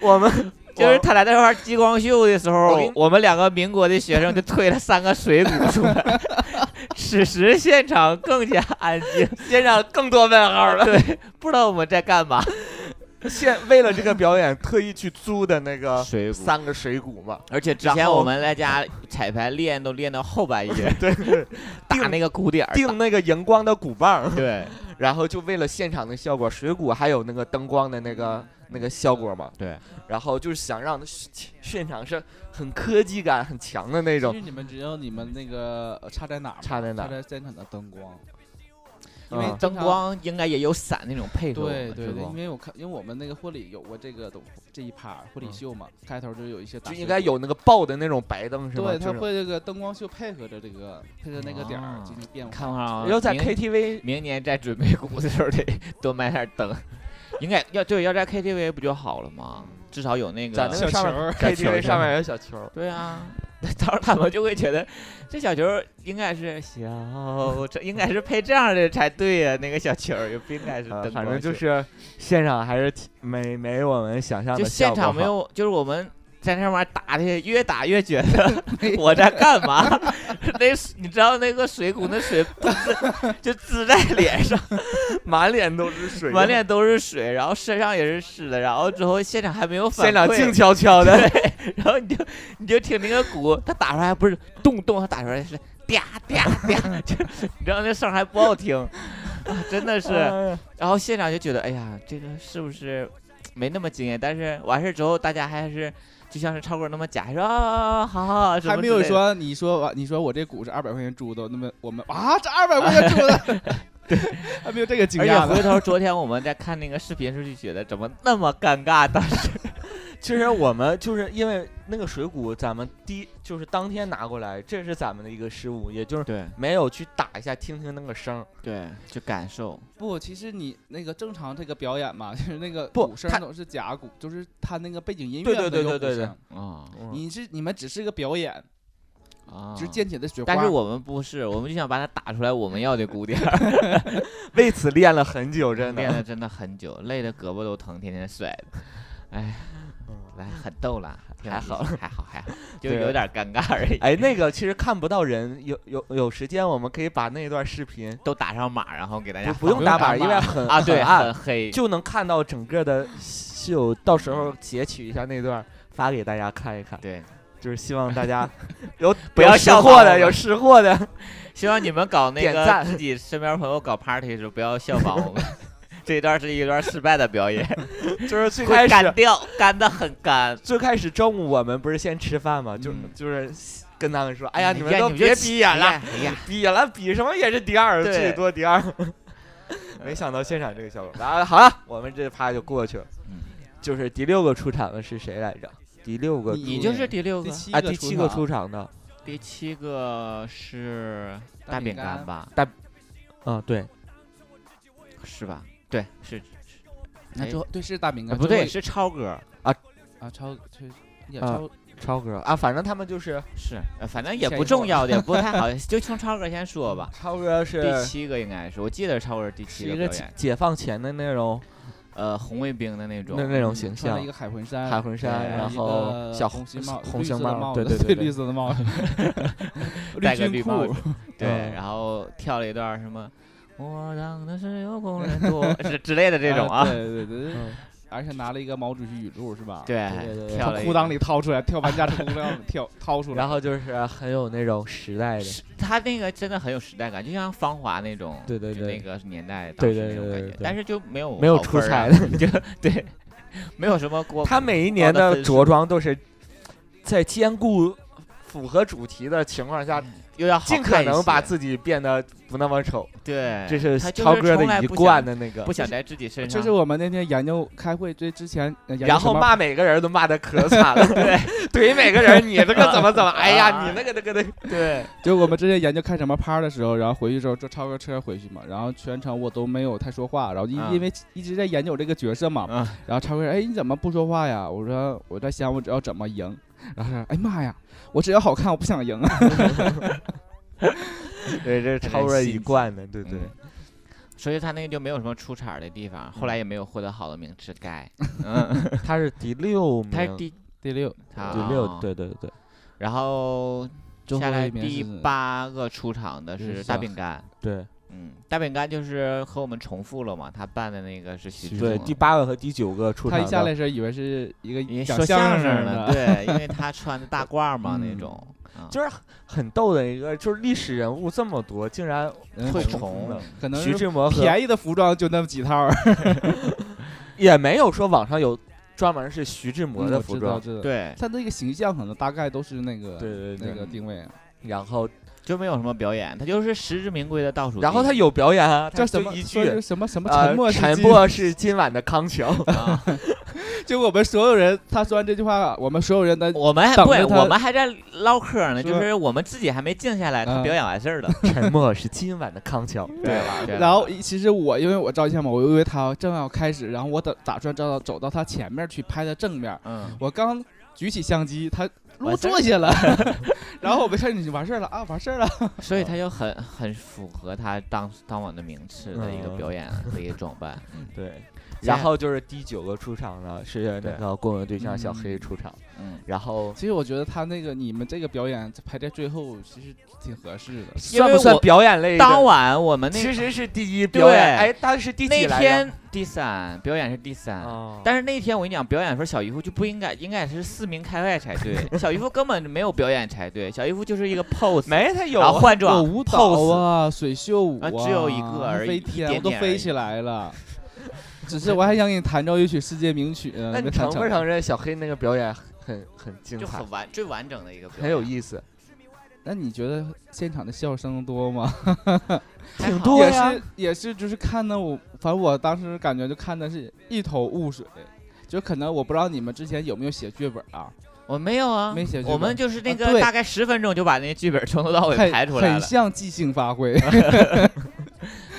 Speaker 4: 我们
Speaker 3: 就是他俩在玩激光秀的时候
Speaker 4: 我跟，
Speaker 3: 我们两个民国的学生就推了三个水鼓出来， 此时现场更加安静，
Speaker 4: 现场更多问号了。
Speaker 3: 对，不知道我们在干嘛。
Speaker 4: 现为了这个表演，特意去租的那个
Speaker 3: 水鼓，
Speaker 4: 三个 水鼓嘛，
Speaker 3: 而且之
Speaker 4: 然
Speaker 3: 前
Speaker 4: 后，
Speaker 3: 我们在家彩排练都练到后半夜
Speaker 4: 对，对
Speaker 3: 打
Speaker 4: 定
Speaker 3: 那个鼓点儿，
Speaker 4: 定那个荧光的鼓 棒儿，
Speaker 3: 对
Speaker 4: 然后就为了现场的效果，水鼓还有那个灯光的那个那个效果嘛，
Speaker 3: 嗯对，
Speaker 4: 然后就是想让现现场是很科技感很强的那
Speaker 5: 其
Speaker 4: 种。
Speaker 5: 实你们知道你们那个呃差在哪儿吗？
Speaker 4: 差在哪儿
Speaker 5: 差在现场的灯光，因
Speaker 4: 嗯
Speaker 5: 为
Speaker 3: 灯
Speaker 5: 正常
Speaker 3: 光应该也有闪那种配合我
Speaker 5: 对
Speaker 3: 们，
Speaker 5: 对
Speaker 3: 是
Speaker 5: 对，
Speaker 3: 不
Speaker 5: 因为我看，因为我们那个婚礼有过这个都这一趴儿婚礼
Speaker 4: 嗯
Speaker 5: 秀嘛，开头就有一些打
Speaker 4: 就
Speaker 5: 水
Speaker 4: 应该
Speaker 5: 鼓
Speaker 4: 有那个爆的那种白灯是吗？
Speaker 5: 对，他
Speaker 4: 就是
Speaker 5: 会这个灯光秀配合着这个配合那个点儿进行变化。
Speaker 3: 看看
Speaker 4: 要在
Speaker 3: 明
Speaker 4: KTV
Speaker 3: 明年在准备鼓的时候得 多买点灯，应该要对要在 KTV 不就好了吗？至少有那
Speaker 4: 嗯在那
Speaker 3: 个。
Speaker 4: 个上面
Speaker 5: 儿
Speaker 4: KTV 上面有小球儿，
Speaker 3: 对啊，到时候他们就会觉得这小球儿应该是小，这应该是配这样的才对呀、那个小球儿也不应该是灯光
Speaker 4: 呃
Speaker 3: 秀、
Speaker 4: 反正就是现场还是挺没没我们想象
Speaker 3: 就
Speaker 4: 的
Speaker 3: 现
Speaker 4: 效果
Speaker 3: 场没
Speaker 4: 好。
Speaker 3: 有，就是我们在那玩打的，越打越觉 得我在干嘛？ 那水你知道那个水鼓那水就滋在脸上，
Speaker 4: 满脸都 是水，
Speaker 3: 满脸都是水，然后身上也是湿的，然后之后现场还没有反
Speaker 4: 现场
Speaker 3: 馈
Speaker 4: 静悄悄的，
Speaker 3: 然后你就你就听那个鼓，它打出来还不是咚咚，它打出来是嗲嗲嗲， 就你知道那声儿还 不好听，啊真的是。
Speaker 4: 哎呀
Speaker 3: 然后现场就觉得，哎呀，这个是不是没那么惊艳，但是完事之后大家还是就像是超哥那么假，还说啊好好好，什么
Speaker 5: 还没
Speaker 3: 之
Speaker 5: 有
Speaker 3: 类的
Speaker 5: 说你说啊完，你说我这股是二百块钱猪的，那么我们啊，这二百块钱猪的， 还没有这个惊
Speaker 3: 而且
Speaker 5: 讶
Speaker 3: 回
Speaker 5: 呢。
Speaker 3: 头昨天我们在看那个视频时候就觉得怎么那么尴尬，当时
Speaker 4: 其实我们就是因为那个水谷，咱们第一就是当天拿过来，这是咱们的一个失误，也就是
Speaker 3: 对
Speaker 4: 没有去打一下听听那个声儿。
Speaker 3: 对，就感受
Speaker 5: 不，其实你那个正常这个表演嘛，就是那个
Speaker 4: 不
Speaker 5: 鼓声
Speaker 4: 他
Speaker 5: 都是假鼓，就是他那个背景音乐
Speaker 4: 对对
Speaker 5: 没
Speaker 4: 对
Speaker 5: 有
Speaker 4: 对
Speaker 5: 鼓
Speaker 4: 对对
Speaker 5: 声
Speaker 3: 啊
Speaker 4: 嗯，
Speaker 5: 你是你们只是个表演，
Speaker 3: 啊，
Speaker 5: 只是溅起的雪花。
Speaker 3: 但是我们不是，我们就想把它打出来我们要的鼓点儿，
Speaker 4: 为此练了很久，真
Speaker 3: 练
Speaker 4: 的。
Speaker 3: 了真的很久，累的胳膊都疼，天天甩的，哎，来很逗啦，还好还好 还好，就
Speaker 4: 对
Speaker 3: 有点尴尬而已。
Speaker 4: 哎，那个其实看不到人，有有有时间我们可以把那段视频
Speaker 3: 都打上码，然后给大家
Speaker 4: 不不用
Speaker 3: 放
Speaker 4: 打
Speaker 5: 打
Speaker 4: 码，因为
Speaker 5: 码
Speaker 4: 很
Speaker 3: 啊，对，
Speaker 4: 很暗
Speaker 3: 很黑，
Speaker 4: 就能看到整个的秀。到时候截取一下那段发给大家看一看，
Speaker 3: 对，
Speaker 4: 就是希望大 家有
Speaker 3: 不要
Speaker 4: 有识
Speaker 3: 效仿
Speaker 4: 货
Speaker 3: 我
Speaker 4: 的，有
Speaker 3: 们
Speaker 4: 识货的。
Speaker 3: 希望你们搞那
Speaker 4: 点
Speaker 3: 个
Speaker 4: 赞
Speaker 3: 自己身边朋友搞 party 的时候不要效仿我们， 这一段是一段失败的表 演，
Speaker 4: 就是最
Speaker 3: 会
Speaker 4: 开
Speaker 3: 干
Speaker 4: 始
Speaker 3: 掉，干的很干。
Speaker 4: 最开始中午我们不是先吃饭嘛，就
Speaker 3: 嗯
Speaker 4: 就是跟他们说，哎呀，你
Speaker 3: 你
Speaker 4: 们都别逼眼了，，
Speaker 3: 哎呀，
Speaker 4: 比了比什么也是第二，
Speaker 3: 对
Speaker 4: 最多第二。没想到现场这个效果，啊，好了，我们这趴就过去了。
Speaker 3: 嗯
Speaker 4: 就是第六个出场的是谁来着？第六个
Speaker 5: 你
Speaker 3: 你
Speaker 4: 出
Speaker 3: 就是第六
Speaker 5: 第
Speaker 3: 个，
Speaker 5: 七
Speaker 4: 啊，
Speaker 5: 个
Speaker 4: 第七个出场的，
Speaker 3: 第七个是
Speaker 5: 大
Speaker 3: 大
Speaker 5: 饼
Speaker 3: 饼干
Speaker 5: 干
Speaker 3: 吧？
Speaker 4: 嗯，对，
Speaker 3: 是吧？对，是。
Speaker 5: 那
Speaker 3: 哎
Speaker 5: 最后对是大饼
Speaker 3: 啊
Speaker 5: 干，
Speaker 3: 不
Speaker 5: 最
Speaker 3: 对，
Speaker 5: 后一
Speaker 3: 是超哥，
Speaker 5: 啊超这也
Speaker 4: 啊
Speaker 5: 超
Speaker 4: 超哥啊，反正他们就是
Speaker 3: 是，呃反正也
Speaker 5: 前
Speaker 3: 不
Speaker 5: 一
Speaker 3: 重
Speaker 5: 后
Speaker 3: 要的，也不太 好，就从超哥先说吧。
Speaker 4: 超哥
Speaker 3: 第
Speaker 4: 是
Speaker 3: 七个应该是，我记得超哥是第七
Speaker 4: 一
Speaker 3: 个
Speaker 4: 个
Speaker 3: 表
Speaker 4: 解
Speaker 3: 演，
Speaker 4: 解放前的那种
Speaker 3: 呃，红卫兵的那种
Speaker 4: 那，那种
Speaker 5: 嗯
Speaker 4: 形
Speaker 5: 穿了
Speaker 4: 象
Speaker 5: 一，个海魂衫，
Speaker 4: 海魂衫，
Speaker 3: 对
Speaker 4: 然
Speaker 5: 一
Speaker 4: 后
Speaker 5: 个
Speaker 4: 小
Speaker 5: 红心帽，
Speaker 4: 红
Speaker 5: 绿
Speaker 4: 星
Speaker 5: 色的
Speaker 4: 帽，对
Speaker 5: 子
Speaker 4: 对
Speaker 5: 绿色的 帽子，
Speaker 3: 戴个
Speaker 5: 军
Speaker 3: 绿
Speaker 5: 裤
Speaker 3: 帽子对，
Speaker 4: 嗯
Speaker 3: 然后跳了一段什么。我当的是有工人多 是之类的这种
Speaker 5: 啊
Speaker 3: 啊，
Speaker 5: 对对对，
Speaker 4: 嗯
Speaker 5: 而且拿了一个毛主席语录是吧？，
Speaker 4: 对对对
Speaker 3: 跳
Speaker 5: 从
Speaker 3: 了一
Speaker 5: 裤裆里掏出来，跳完架从裤裆里跳掏出来，
Speaker 4: 然后就是很有那种时代的，
Speaker 3: 是他那个真的很有时代感，就像芳华那种，
Speaker 4: 对对
Speaker 3: 就
Speaker 4: 对
Speaker 3: 那个年代当
Speaker 4: 对
Speaker 3: 时
Speaker 4: 对
Speaker 3: 那种
Speaker 4: 对
Speaker 3: 感
Speaker 4: 对
Speaker 3: 觉，
Speaker 4: 对
Speaker 3: 但是就没有
Speaker 4: 没有
Speaker 3: 好
Speaker 4: 出
Speaker 3: 分儿
Speaker 4: 彩
Speaker 3: 啊， 就对，没有什么过
Speaker 4: 他每一年的着装都是在兼顾符合主题的情况下，
Speaker 3: 又嗯要好
Speaker 4: 尽可
Speaker 3: 看一
Speaker 4: 能把
Speaker 3: 些
Speaker 4: 自己变得不那么丑，
Speaker 3: 对，
Speaker 4: 这是
Speaker 3: 他就
Speaker 4: 超
Speaker 3: 是
Speaker 4: 哥
Speaker 3: 从来
Speaker 4: 的一
Speaker 3: 不
Speaker 4: 贯
Speaker 3: 想
Speaker 4: 的那个
Speaker 3: 不。想在自己身上，
Speaker 5: 这是我们那天研究开会这之前，呃研究
Speaker 4: 然后
Speaker 5: 什么
Speaker 4: 骂每个人都骂的可惨 了，对，怼每个人，你这个怎么怎么，哎
Speaker 3: 啊
Speaker 4: 呀，你那个那个那个，
Speaker 3: 对
Speaker 5: 就我们之前研究开什么趴的时候，然后回去之后坐超哥车回去嘛，然后全程我都没有太说话，然后因
Speaker 4: 嗯
Speaker 3: 啊
Speaker 5: 因为一直在研究这个角色嘛，
Speaker 3: 啊
Speaker 5: 然后超哥说：“哎，你怎么不说话呀？”我说：“我在想我只要怎么赢。”然后他说：“哎妈呀，我只要好看，我不想赢啊
Speaker 4: 对，这是超哥一贯的，对对
Speaker 3: 嗯。所以他那个就没有什么出彩儿的地方，后来也没有获得好的名次该。嗯，
Speaker 4: 他是第六名，
Speaker 3: 他是第
Speaker 5: 第六，
Speaker 3: 他
Speaker 4: 第六，，对对对，
Speaker 3: 啊然后
Speaker 5: 最
Speaker 3: 下
Speaker 5: 后
Speaker 3: 来
Speaker 5: 一名
Speaker 3: 第
Speaker 5: 是
Speaker 3: 八个出场的
Speaker 5: 是
Speaker 3: 是
Speaker 5: 小
Speaker 3: 大饼干。
Speaker 4: 对
Speaker 3: 嗯，大饼干就是和我们重复了嘛，他办的那个是徐
Speaker 4: 对，
Speaker 3: 志
Speaker 4: 第
Speaker 3: 摩，
Speaker 4: 八个和第九个出
Speaker 5: 他
Speaker 4: 场
Speaker 5: 一下
Speaker 4: 的
Speaker 5: 来时候以为是一个
Speaker 3: 因为
Speaker 5: 讲
Speaker 3: 说相
Speaker 5: 声
Speaker 3: 声的，
Speaker 5: 的，
Speaker 3: 对，因为他穿的大褂儿嘛那
Speaker 5: 嗯
Speaker 3: 种，啊
Speaker 4: 就是很逗的一个，就是历史人物这么多，竟然
Speaker 5: 嗯
Speaker 3: 会
Speaker 4: 重
Speaker 3: 重
Speaker 4: 复的
Speaker 5: 可能
Speaker 4: 徐
Speaker 5: 是
Speaker 4: 志摩和
Speaker 5: 便宜的服装就那么几套儿，
Speaker 4: 也没有说网上有专门是徐志 摩的
Speaker 5: 嗯
Speaker 4: 服
Speaker 5: 知道
Speaker 4: 装，
Speaker 5: 知道。
Speaker 3: 对，
Speaker 5: 他那个形象可能大概都是那个
Speaker 4: 对对
Speaker 5: 那
Speaker 4: 对，
Speaker 5: 个定位，啊
Speaker 4: 然后
Speaker 3: 就没有什么表演，他就是实至名归的倒数第一。
Speaker 4: 然后他有表演啊，
Speaker 5: 叫
Speaker 4: 他
Speaker 5: 什
Speaker 4: 就
Speaker 5: 么
Speaker 4: 一
Speaker 5: 说是
Speaker 4: 句。
Speaker 5: 什么什么
Speaker 4: 呃
Speaker 5: 沉默是
Speaker 4: 沉
Speaker 5: 金
Speaker 4: 默是今晚的康桥，
Speaker 3: 啊，
Speaker 5: 就我们所有人，他说完这句话，我们所有人的
Speaker 3: 我们还
Speaker 5: 等
Speaker 3: 对，
Speaker 5: 着他
Speaker 3: 我们还在唠嗑呢，
Speaker 5: 是
Speaker 3: 就
Speaker 5: 吧
Speaker 3: 是我们自己还没静下来，他
Speaker 5: 嗯
Speaker 3: 表演完事儿了，
Speaker 4: 沉默是今晚的康桥，
Speaker 3: 对吧？对
Speaker 5: 然后
Speaker 3: 吧
Speaker 5: 一其实我因为我照相嘛，我以为他正要开始，然后我打打算照到走到他前面去拍他正面，
Speaker 3: 嗯，
Speaker 5: 我刚举起相机，他落
Speaker 3: 完事儿
Speaker 5: 坐下了，然后我们看你就完事儿了啊，完事儿了，
Speaker 3: 所以他就很很符合他当当晚的名次的一个
Speaker 4: 嗯
Speaker 3: 表演的一个装扮，嗯
Speaker 4: 对。
Speaker 3: 然
Speaker 4: 然后就是第九个出场的是那
Speaker 3: 对
Speaker 4: 个顾问对象小
Speaker 5: 嗯
Speaker 4: 黑出场，
Speaker 3: 嗯，
Speaker 4: 然后
Speaker 5: 其实我觉得他那个你们这个表演排在最后其实挺合适的，
Speaker 3: 因为
Speaker 4: 算不算
Speaker 3: 我
Speaker 4: 表演类的？
Speaker 3: 当晚我们那
Speaker 4: 其实是第一
Speaker 3: 对
Speaker 4: 表演，哎，他是第几
Speaker 3: 那
Speaker 4: 来着？
Speaker 3: 天第三表演是第三，
Speaker 4: 哦，
Speaker 3: 但是那天我跟你讲，表演的时候小姨夫就不应该，应该是四名开外才 对。小姨夫根本就没有表演才对，啊小姨夫就是一个 pose，
Speaker 4: 没他有啊
Speaker 3: 然后换
Speaker 5: 有
Speaker 3: 装
Speaker 5: 舞蹈
Speaker 3: pose，
Speaker 5: 啊，水袖舞
Speaker 3: 啊只有一点
Speaker 5: 飞
Speaker 3: 点
Speaker 5: 天
Speaker 3: 而
Speaker 5: 我都
Speaker 3: 已
Speaker 5: 飞起来了。只是我还想给你弹奏一曲世界名曲呢，没
Speaker 4: 那你
Speaker 5: 弹
Speaker 4: 承
Speaker 5: 成
Speaker 4: 不承认小黑那个表演很很精
Speaker 3: 就
Speaker 4: 彩
Speaker 3: 很，完最完整的一个表演，
Speaker 4: 很有意思？
Speaker 5: 那你觉得现场的笑声多 吗？
Speaker 3: 还
Speaker 4: 挺
Speaker 3: 好
Speaker 4: 多
Speaker 5: 也
Speaker 4: 呀
Speaker 5: 是也是，就是看的我，反正我当时感觉就看的是一头雾水，就可能我不知道你们之前有没有写剧本啊，
Speaker 3: 我没有啊，
Speaker 5: 没写剧
Speaker 3: 我们
Speaker 5: 本
Speaker 3: 就是那
Speaker 5: 啊
Speaker 3: 个
Speaker 5: 对
Speaker 3: 大概十分钟就把那剧本从头到尾
Speaker 5: 很
Speaker 3: 排出来
Speaker 5: 很
Speaker 3: 了。
Speaker 5: 像即兴发 挥。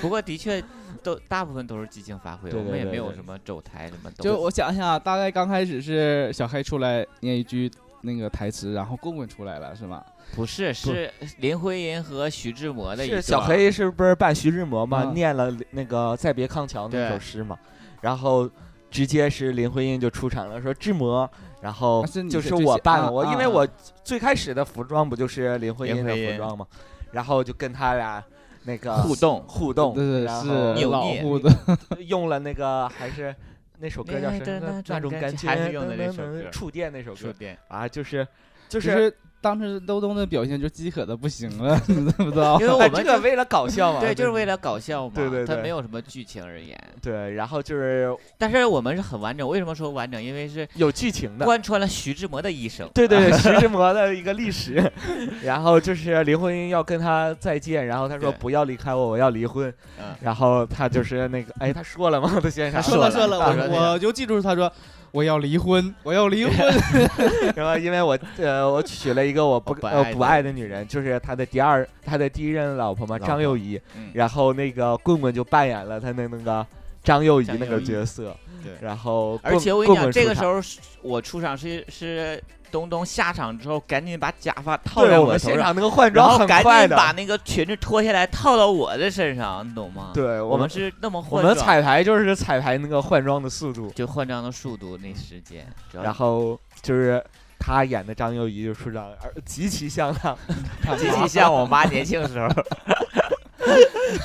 Speaker 3: 不过的确都大部分都是即兴发挥，
Speaker 4: 对
Speaker 3: 我们
Speaker 4: 对
Speaker 3: 也
Speaker 4: 对
Speaker 3: 没有
Speaker 4: 对
Speaker 3: 什么走台什么东西。
Speaker 5: 就我想想啊，大概刚开始是小黑出来念一句那个台词，然后棍棍出来了是吗？
Speaker 3: 不是是林徽因和徐志摩啊的一
Speaker 4: 是小
Speaker 3: 段
Speaker 4: 黑是不是扮徐志摩嘛？
Speaker 5: 嗯
Speaker 4: 念了那个《再别康桥》那
Speaker 3: 对
Speaker 4: 首诗嘛，然后直接是林徽因就出场了，说志摩，然后
Speaker 5: 啊是你
Speaker 4: 就是是
Speaker 5: 这
Speaker 4: 我
Speaker 5: 些
Speaker 4: 扮
Speaker 5: 啊
Speaker 4: 了我，因为
Speaker 5: 啊
Speaker 4: 我最开始的服装不就是林徽
Speaker 3: 林
Speaker 4: 因的
Speaker 3: 徽
Speaker 4: 服
Speaker 3: 因
Speaker 4: 装嘛，然后就跟他俩那个
Speaker 3: 互动。
Speaker 4: 互动，
Speaker 5: 对对
Speaker 4: 然
Speaker 5: 是
Speaker 3: 扭
Speaker 4: 后
Speaker 5: 老
Speaker 3: 捏
Speaker 5: 胡的，
Speaker 4: 用了那个还是那首歌叫
Speaker 3: 恋爱
Speaker 4: 什
Speaker 3: 的
Speaker 4: 么
Speaker 3: 那
Speaker 4: 那
Speaker 3: 种
Speaker 4: 种
Speaker 3: 感
Speaker 4: 感
Speaker 3: 觉
Speaker 4: 觉，
Speaker 3: 还是用的那
Speaker 4: 噔
Speaker 3: 首
Speaker 4: 噔噔
Speaker 3: 歌
Speaker 4: 触电那首歌
Speaker 3: 书店，
Speaker 4: 啊，就是
Speaker 5: 就
Speaker 4: 就
Speaker 5: 是是当时兜兜的表现就饥渴的不行 了，你知不知道
Speaker 3: 因？为我
Speaker 4: 哎
Speaker 3: 们
Speaker 4: 这
Speaker 3: 就
Speaker 4: 个为了搞笑嘛，
Speaker 3: 对，就是为了搞笑嘛，
Speaker 4: 对对
Speaker 3: 它
Speaker 4: 对
Speaker 3: 没有什么剧情而言。
Speaker 4: 对，然后就是
Speaker 3: 但是我们是很完整，为什么说完整？因为是
Speaker 4: 有剧情的。
Speaker 3: 贯穿了徐志摩的一生。啊
Speaker 4: 对对对，徐志摩的一个历史，然后就是林徽因要跟他再见，然后他说
Speaker 3: 对
Speaker 4: 不要离开我，我要离婚，
Speaker 3: 嗯，
Speaker 4: 然后他就是那个，哎，他说了吗？他 先生
Speaker 3: 他
Speaker 5: 说了说
Speaker 3: 说了
Speaker 5: 了，
Speaker 3: 我说那
Speaker 5: 我我就记住他说我要离婚，我要离婚，
Speaker 4: 然后因为我呃，我娶了一个我不
Speaker 3: 我不
Speaker 4: 呃
Speaker 3: 爱
Speaker 4: 不
Speaker 3: 的
Speaker 4: 爱的女人，就是他的第二他的第一任老婆嘛，
Speaker 3: 老
Speaker 4: 张
Speaker 3: 婆
Speaker 4: 幼仪。
Speaker 3: 嗯
Speaker 4: 然后那个棍棍就扮演了他的那个张幼仪
Speaker 3: 张
Speaker 4: 那
Speaker 3: 幼
Speaker 4: 个
Speaker 3: 仪
Speaker 4: 角色，
Speaker 3: 对
Speaker 4: 然后
Speaker 3: 而
Speaker 4: 棍
Speaker 3: 且我跟
Speaker 4: 棍
Speaker 3: 你讲，
Speaker 4: 棍
Speaker 3: 这
Speaker 4: 出
Speaker 3: 个时
Speaker 4: 场
Speaker 3: 候是我出场是是东东下场之后，赶紧把假发套
Speaker 4: 对
Speaker 3: 在
Speaker 4: 我们
Speaker 3: 头
Speaker 4: 现
Speaker 3: 上，
Speaker 4: 场那个换
Speaker 3: 然
Speaker 4: 装
Speaker 3: 后
Speaker 4: 很
Speaker 3: 赶
Speaker 4: 快
Speaker 3: 紧
Speaker 4: 的，
Speaker 3: 把那个裙子脱下来套到我的身上，你懂吗？，
Speaker 4: 对
Speaker 3: 我
Speaker 4: 我
Speaker 3: 们
Speaker 4: 们
Speaker 3: 是那么
Speaker 4: 我
Speaker 3: 换
Speaker 4: 们
Speaker 3: 装，
Speaker 4: 彩排就是彩排那个换装的速度，
Speaker 3: 就换装的速度那时间，主要
Speaker 4: 然后就是他演的张幼仪就出场，而极其像他。
Speaker 3: 极其像我妈年 轻时候，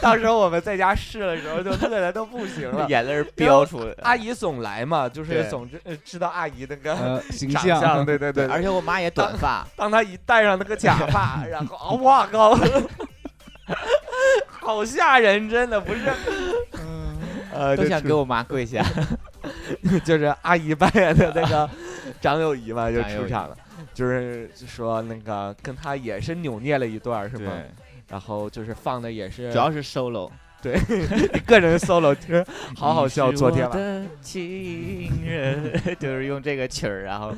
Speaker 4: 当时我们在家试的时候就乐的都不行了
Speaker 3: 眼泪儿飙出来。
Speaker 4: 阿姨总来嘛，就是
Speaker 3: 对
Speaker 4: 总知呃知道阿姨那个
Speaker 5: 呃，形
Speaker 4: 长
Speaker 5: 象
Speaker 4: 相，对对对，
Speaker 3: 而且我妈也短发，
Speaker 4: 当他一戴上那个假发，然后啊，哇靠， 好吓人，真的不是，呃，
Speaker 3: 都
Speaker 4: 就
Speaker 3: 想
Speaker 4: 出
Speaker 3: 给我妈跪 下。
Speaker 4: 就是阿姨扮演的 那个张幼仪嘛，就
Speaker 3: 张幼
Speaker 4: 出
Speaker 3: 仪
Speaker 4: 场了，就是说那个跟他也是扭捏了一段儿是吗？然后就是放的也是
Speaker 3: 主要是 solo。
Speaker 4: 个 人 solo，就是好好笑。昨天晚，
Speaker 3: 的情人 就是用这个曲儿，然后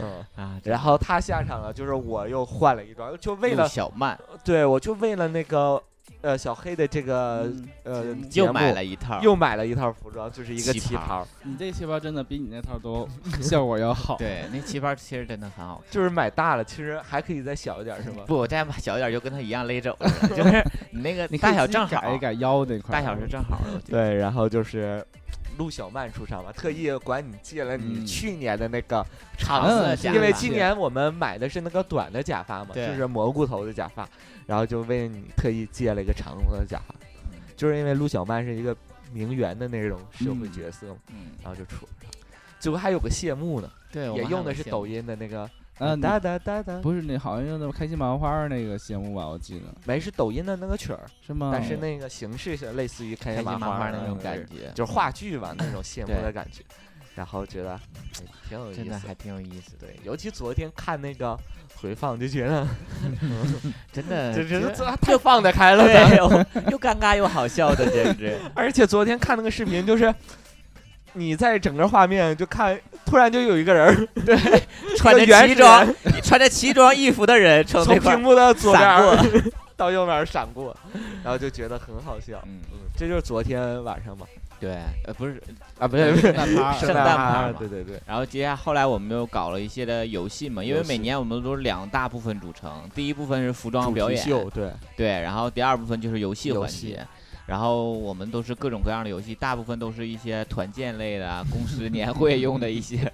Speaker 4: 嗯，
Speaker 3: 啊，
Speaker 4: 然后他下场了，就是我又换了一段儿，就为了
Speaker 3: 小曼
Speaker 4: 对我就为了那个呃小黑的这个呃
Speaker 5: 嗯
Speaker 4: 节
Speaker 3: 又买
Speaker 4: 目
Speaker 3: 了一套，
Speaker 4: 又买了一套服装，就是一个
Speaker 3: 旗
Speaker 4: 旗
Speaker 3: 袍
Speaker 4: 袍，
Speaker 5: 你这细胞真的比你那套都 效果要好。
Speaker 3: 对那旗袍其实真的很好看。
Speaker 4: 就是买大了，其实还可以再小一点 儿，是吗？
Speaker 3: 不，我再买小一点就跟他一样勒走了， 就是你那个
Speaker 5: 你可以
Speaker 3: 大小
Speaker 5: 自己
Speaker 3: 正好，
Speaker 5: 改一改腰那块儿，
Speaker 3: 大小是正好的。我觉得
Speaker 4: 对，然后就是陆小曼出场嘛，特意管你借了你
Speaker 5: 嗯
Speaker 4: 去年的那个
Speaker 3: 长
Speaker 4: 长，
Speaker 3: 色的
Speaker 5: 嗯
Speaker 3: 假
Speaker 4: 因为
Speaker 3: 发
Speaker 4: 今年我们买的是那个短的假发嘛，
Speaker 3: 对
Speaker 4: 就是蘑菇头的假发，然后就为你特意借了一个长的假发
Speaker 3: 嗯，
Speaker 4: 就是因为陆小曼是一个名媛的那种社会
Speaker 5: 嗯
Speaker 4: 角色嘛，
Speaker 3: 嗯，
Speaker 4: 然后就出上，结果还有个谢幕呢，
Speaker 3: 对，我
Speaker 4: 也
Speaker 3: 们
Speaker 4: 用
Speaker 3: 还
Speaker 4: 的
Speaker 3: 有
Speaker 4: 是
Speaker 3: 羡慕
Speaker 4: 抖音的那个。
Speaker 3: 呃
Speaker 5: 嗯
Speaker 4: 哒哒哒哒，
Speaker 5: 不是那好像用那种开心麻花儿那个节目吧？我记得
Speaker 4: 没是抖音的那个曲儿，
Speaker 5: 是吗？
Speaker 4: 但是那个形式是类似于开
Speaker 3: 嗯开
Speaker 4: 心
Speaker 3: 心麻
Speaker 4: 麻
Speaker 3: 花嗯
Speaker 4: 花
Speaker 3: 那种
Speaker 4: 觉。
Speaker 3: 感觉，
Speaker 4: 就是话剧吧那种谢幕
Speaker 3: 对
Speaker 4: 的感觉，然后觉得哎挺有意思
Speaker 3: 真的还挺有意思的，
Speaker 4: 对，尤其昨天看那个回放就觉得
Speaker 3: 真的
Speaker 4: 这
Speaker 3: 嗯觉
Speaker 4: 这
Speaker 3: 得
Speaker 4: 这太放得开了，
Speaker 3: 对， 又又尴尬又好笑的，简直。
Speaker 4: 而且昨天看那个视频就是。你在整个画面就看，突然就有一个 人儿
Speaker 3: 穿着
Speaker 4: 一个原
Speaker 3: 奇
Speaker 4: 始
Speaker 3: 装
Speaker 4: 人
Speaker 3: 穿着奇装异服的人从
Speaker 4: 从
Speaker 3: 那块
Speaker 4: 屏
Speaker 3: 儿
Speaker 4: 幕的左边
Speaker 3: 闪
Speaker 4: 儿
Speaker 3: 过，
Speaker 4: 到右边儿闪过，然后就觉得很好笑。
Speaker 3: 嗯，
Speaker 4: 嗯，这就是昨天晚上嘛，
Speaker 3: 对，呃，不是，
Speaker 4: 啊，不是不 是，
Speaker 5: 那啊他
Speaker 3: 圣
Speaker 4: 圣
Speaker 3: 诞
Speaker 4: 诞
Speaker 3: 趴
Speaker 4: 趴
Speaker 3: 嘛
Speaker 4: 对对对，
Speaker 3: 然后接下来后来我们又搞了一些的游戏嘛，因为
Speaker 4: 游戏
Speaker 3: 每年我们都是两大部分组成，第一部分是服装
Speaker 4: 主
Speaker 3: 表
Speaker 4: 题
Speaker 3: 演，
Speaker 4: 秀，对，
Speaker 3: 对，然后第二部分就是游戏
Speaker 4: 游
Speaker 3: 环
Speaker 4: 戏
Speaker 3: 节。然后我们都是各种各样的游戏，大部分都是一些团建类的啊、公司年会用的一 些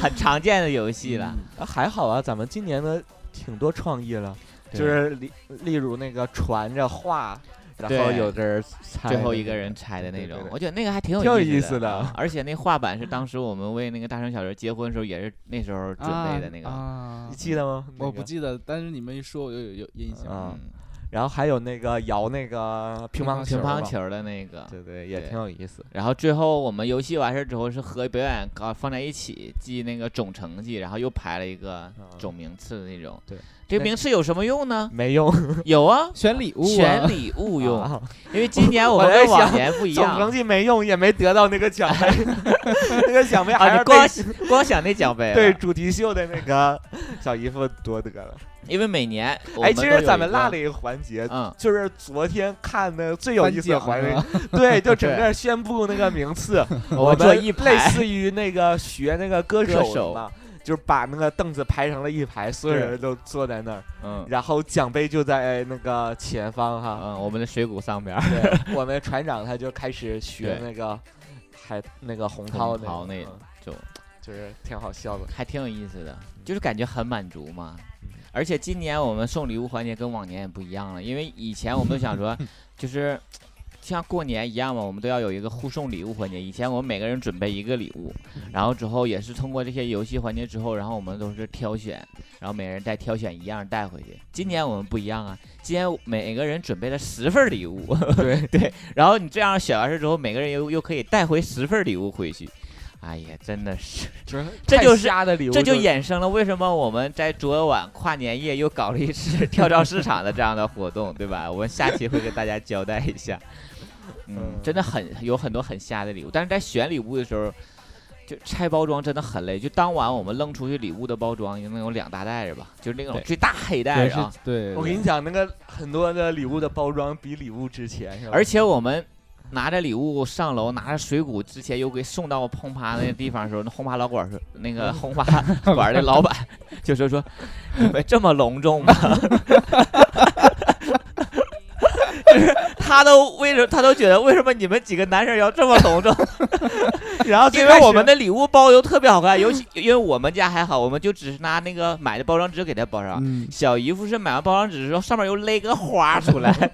Speaker 3: 很常见的游戏了。
Speaker 4: 啊，还好啊，咱们今年的挺多创意了，
Speaker 3: 对
Speaker 4: 就是例例如那个传着画，然后
Speaker 3: 对
Speaker 4: 有的人猜
Speaker 3: 最
Speaker 4: 的
Speaker 3: 后
Speaker 4: 那
Speaker 3: 一个人拆的
Speaker 4: 对
Speaker 3: 那
Speaker 4: 对
Speaker 3: 种，
Speaker 4: 对
Speaker 3: 我觉得那个还挺有
Speaker 4: 挺有
Speaker 3: 意
Speaker 4: 意
Speaker 3: 思
Speaker 4: 思的
Speaker 3: 啊而且那画板是当时我们为那个大成小学结婚的时候，也是那时候准备的那个。
Speaker 5: 啊
Speaker 4: 你，记得吗？
Speaker 5: 我不
Speaker 4: 那个。
Speaker 5: 记得，但是你们一说我就有有印象。
Speaker 4: 啊
Speaker 3: 嗯，
Speaker 4: 然后还有那个摇那个乒乓
Speaker 3: 乒
Speaker 4: 球嘛
Speaker 3: 乓球的那个。
Speaker 4: 对对，也
Speaker 3: 对
Speaker 4: 挺有意思。
Speaker 3: 然后最后我们游戏完事儿之后是和表演啊放在一起记那个总成绩，然后又排了一个
Speaker 4: 啊
Speaker 3: 总名次的那种。
Speaker 4: 对，
Speaker 3: 这个
Speaker 4: 那
Speaker 3: 名次有什么用 呢？
Speaker 4: 没用，
Speaker 3: 有啊，
Speaker 5: 选礼物、啊，
Speaker 3: 选礼物用，
Speaker 4: 啊
Speaker 3: 因为今年我
Speaker 4: 我
Speaker 3: 们
Speaker 4: 在
Speaker 3: 跟往
Speaker 4: 想
Speaker 3: 年不一
Speaker 4: 总成
Speaker 3: 样。啊
Speaker 4: 绩没用，也没得到那 个奖杯，那个奖杯还
Speaker 3: 啊，
Speaker 4: 是
Speaker 3: 你
Speaker 4: 被
Speaker 3: 光光想那奖杯了，
Speaker 4: 对主题秀的那个小姨夫夺得了。
Speaker 3: 因为每年我
Speaker 4: 哎，其
Speaker 3: 都有
Speaker 4: 实咱
Speaker 3: 一
Speaker 4: 们
Speaker 3: 个
Speaker 4: 落了一个环节，
Speaker 3: 嗯，
Speaker 4: 就是昨天看的最有
Speaker 5: 颁
Speaker 4: 意思的
Speaker 5: 奖
Speaker 4: 环
Speaker 5: 是
Speaker 4: 节
Speaker 5: 吧，
Speaker 4: 对，就整个宣布那个名次， 我
Speaker 3: 坐
Speaker 4: 们
Speaker 3: 一
Speaker 4: 类
Speaker 3: 排，
Speaker 4: 似于那个学那个歌
Speaker 3: 歌
Speaker 4: 手
Speaker 3: 手
Speaker 4: 嘛，就是把那个凳子排成了一排，所有
Speaker 5: 对
Speaker 4: 人都坐在那儿，
Speaker 3: 嗯
Speaker 4: 然后奖杯就在哎那个前方哈。
Speaker 3: 嗯，我们的水谷上 边儿，
Speaker 4: 对，我们船长他就开始学
Speaker 3: 对
Speaker 4: 那个海那个洪涛
Speaker 3: 洪涛
Speaker 4: 那
Speaker 3: 那
Speaker 4: 个嗯
Speaker 3: 就
Speaker 4: 就是挺好笑的。
Speaker 3: 还挺有意思的，就是感觉很满足嘛
Speaker 4: 嗯。
Speaker 3: 而且今年我们送礼物环节跟往年也不一样了，因为以前我们都想说，就是像过年一样嘛，我们都要有一个互送礼物环节。以前我们每个人准备一个礼物，然后之后也是通过这些游戏环节之后，然后我们都是挑选，然后每人再挑选一样带回去。今年我们不一样啊，今年每个人准备了十份儿礼物，对 对，然后你这样选完事之后，每个人又又可以带回十份儿礼物回去。哎呀，真的是。
Speaker 4: 就是
Speaker 3: 这
Speaker 4: 太
Speaker 3: 就是
Speaker 4: 瞎的礼物，
Speaker 3: 这就
Speaker 4: 演
Speaker 3: 衍生了为什么我们在昨晚跨年夜又搞了一次跳蚤市场的这样的活动，对吧？我们下期会给大家交代一下。嗯，真的很有很多很瞎的礼物，但是在选礼物的时候，就拆包装真的很累。就当晚我们扔出去礼物的包装，有那种两大袋儿吧，就是那种
Speaker 5: 对
Speaker 3: 最大黑袋
Speaker 5: 对
Speaker 3: 儿啊
Speaker 5: 是。，对，
Speaker 4: 我跟你讲，那个很多的礼物的包装比礼物值钱，是吧？
Speaker 3: 而且我们拿着礼物上楼，拿着水果之前又给送到轰趴那个地方的时候，那轰趴老馆儿说，那个轰 趴馆儿的老 板就说说，你们这么隆重吗？ 就是他都为什么他都觉得为什么你们几个男生要这么隆 重？
Speaker 4: 然后最
Speaker 3: 因
Speaker 4: 开
Speaker 3: 为
Speaker 4: 始
Speaker 3: 我们的礼物包邮特别好看，尤其因为我们家还好，我们就只是拿那个买的包装纸给他包上，
Speaker 5: 嗯，
Speaker 3: 小姨夫是买完包装纸之后，上面又勒个花出来，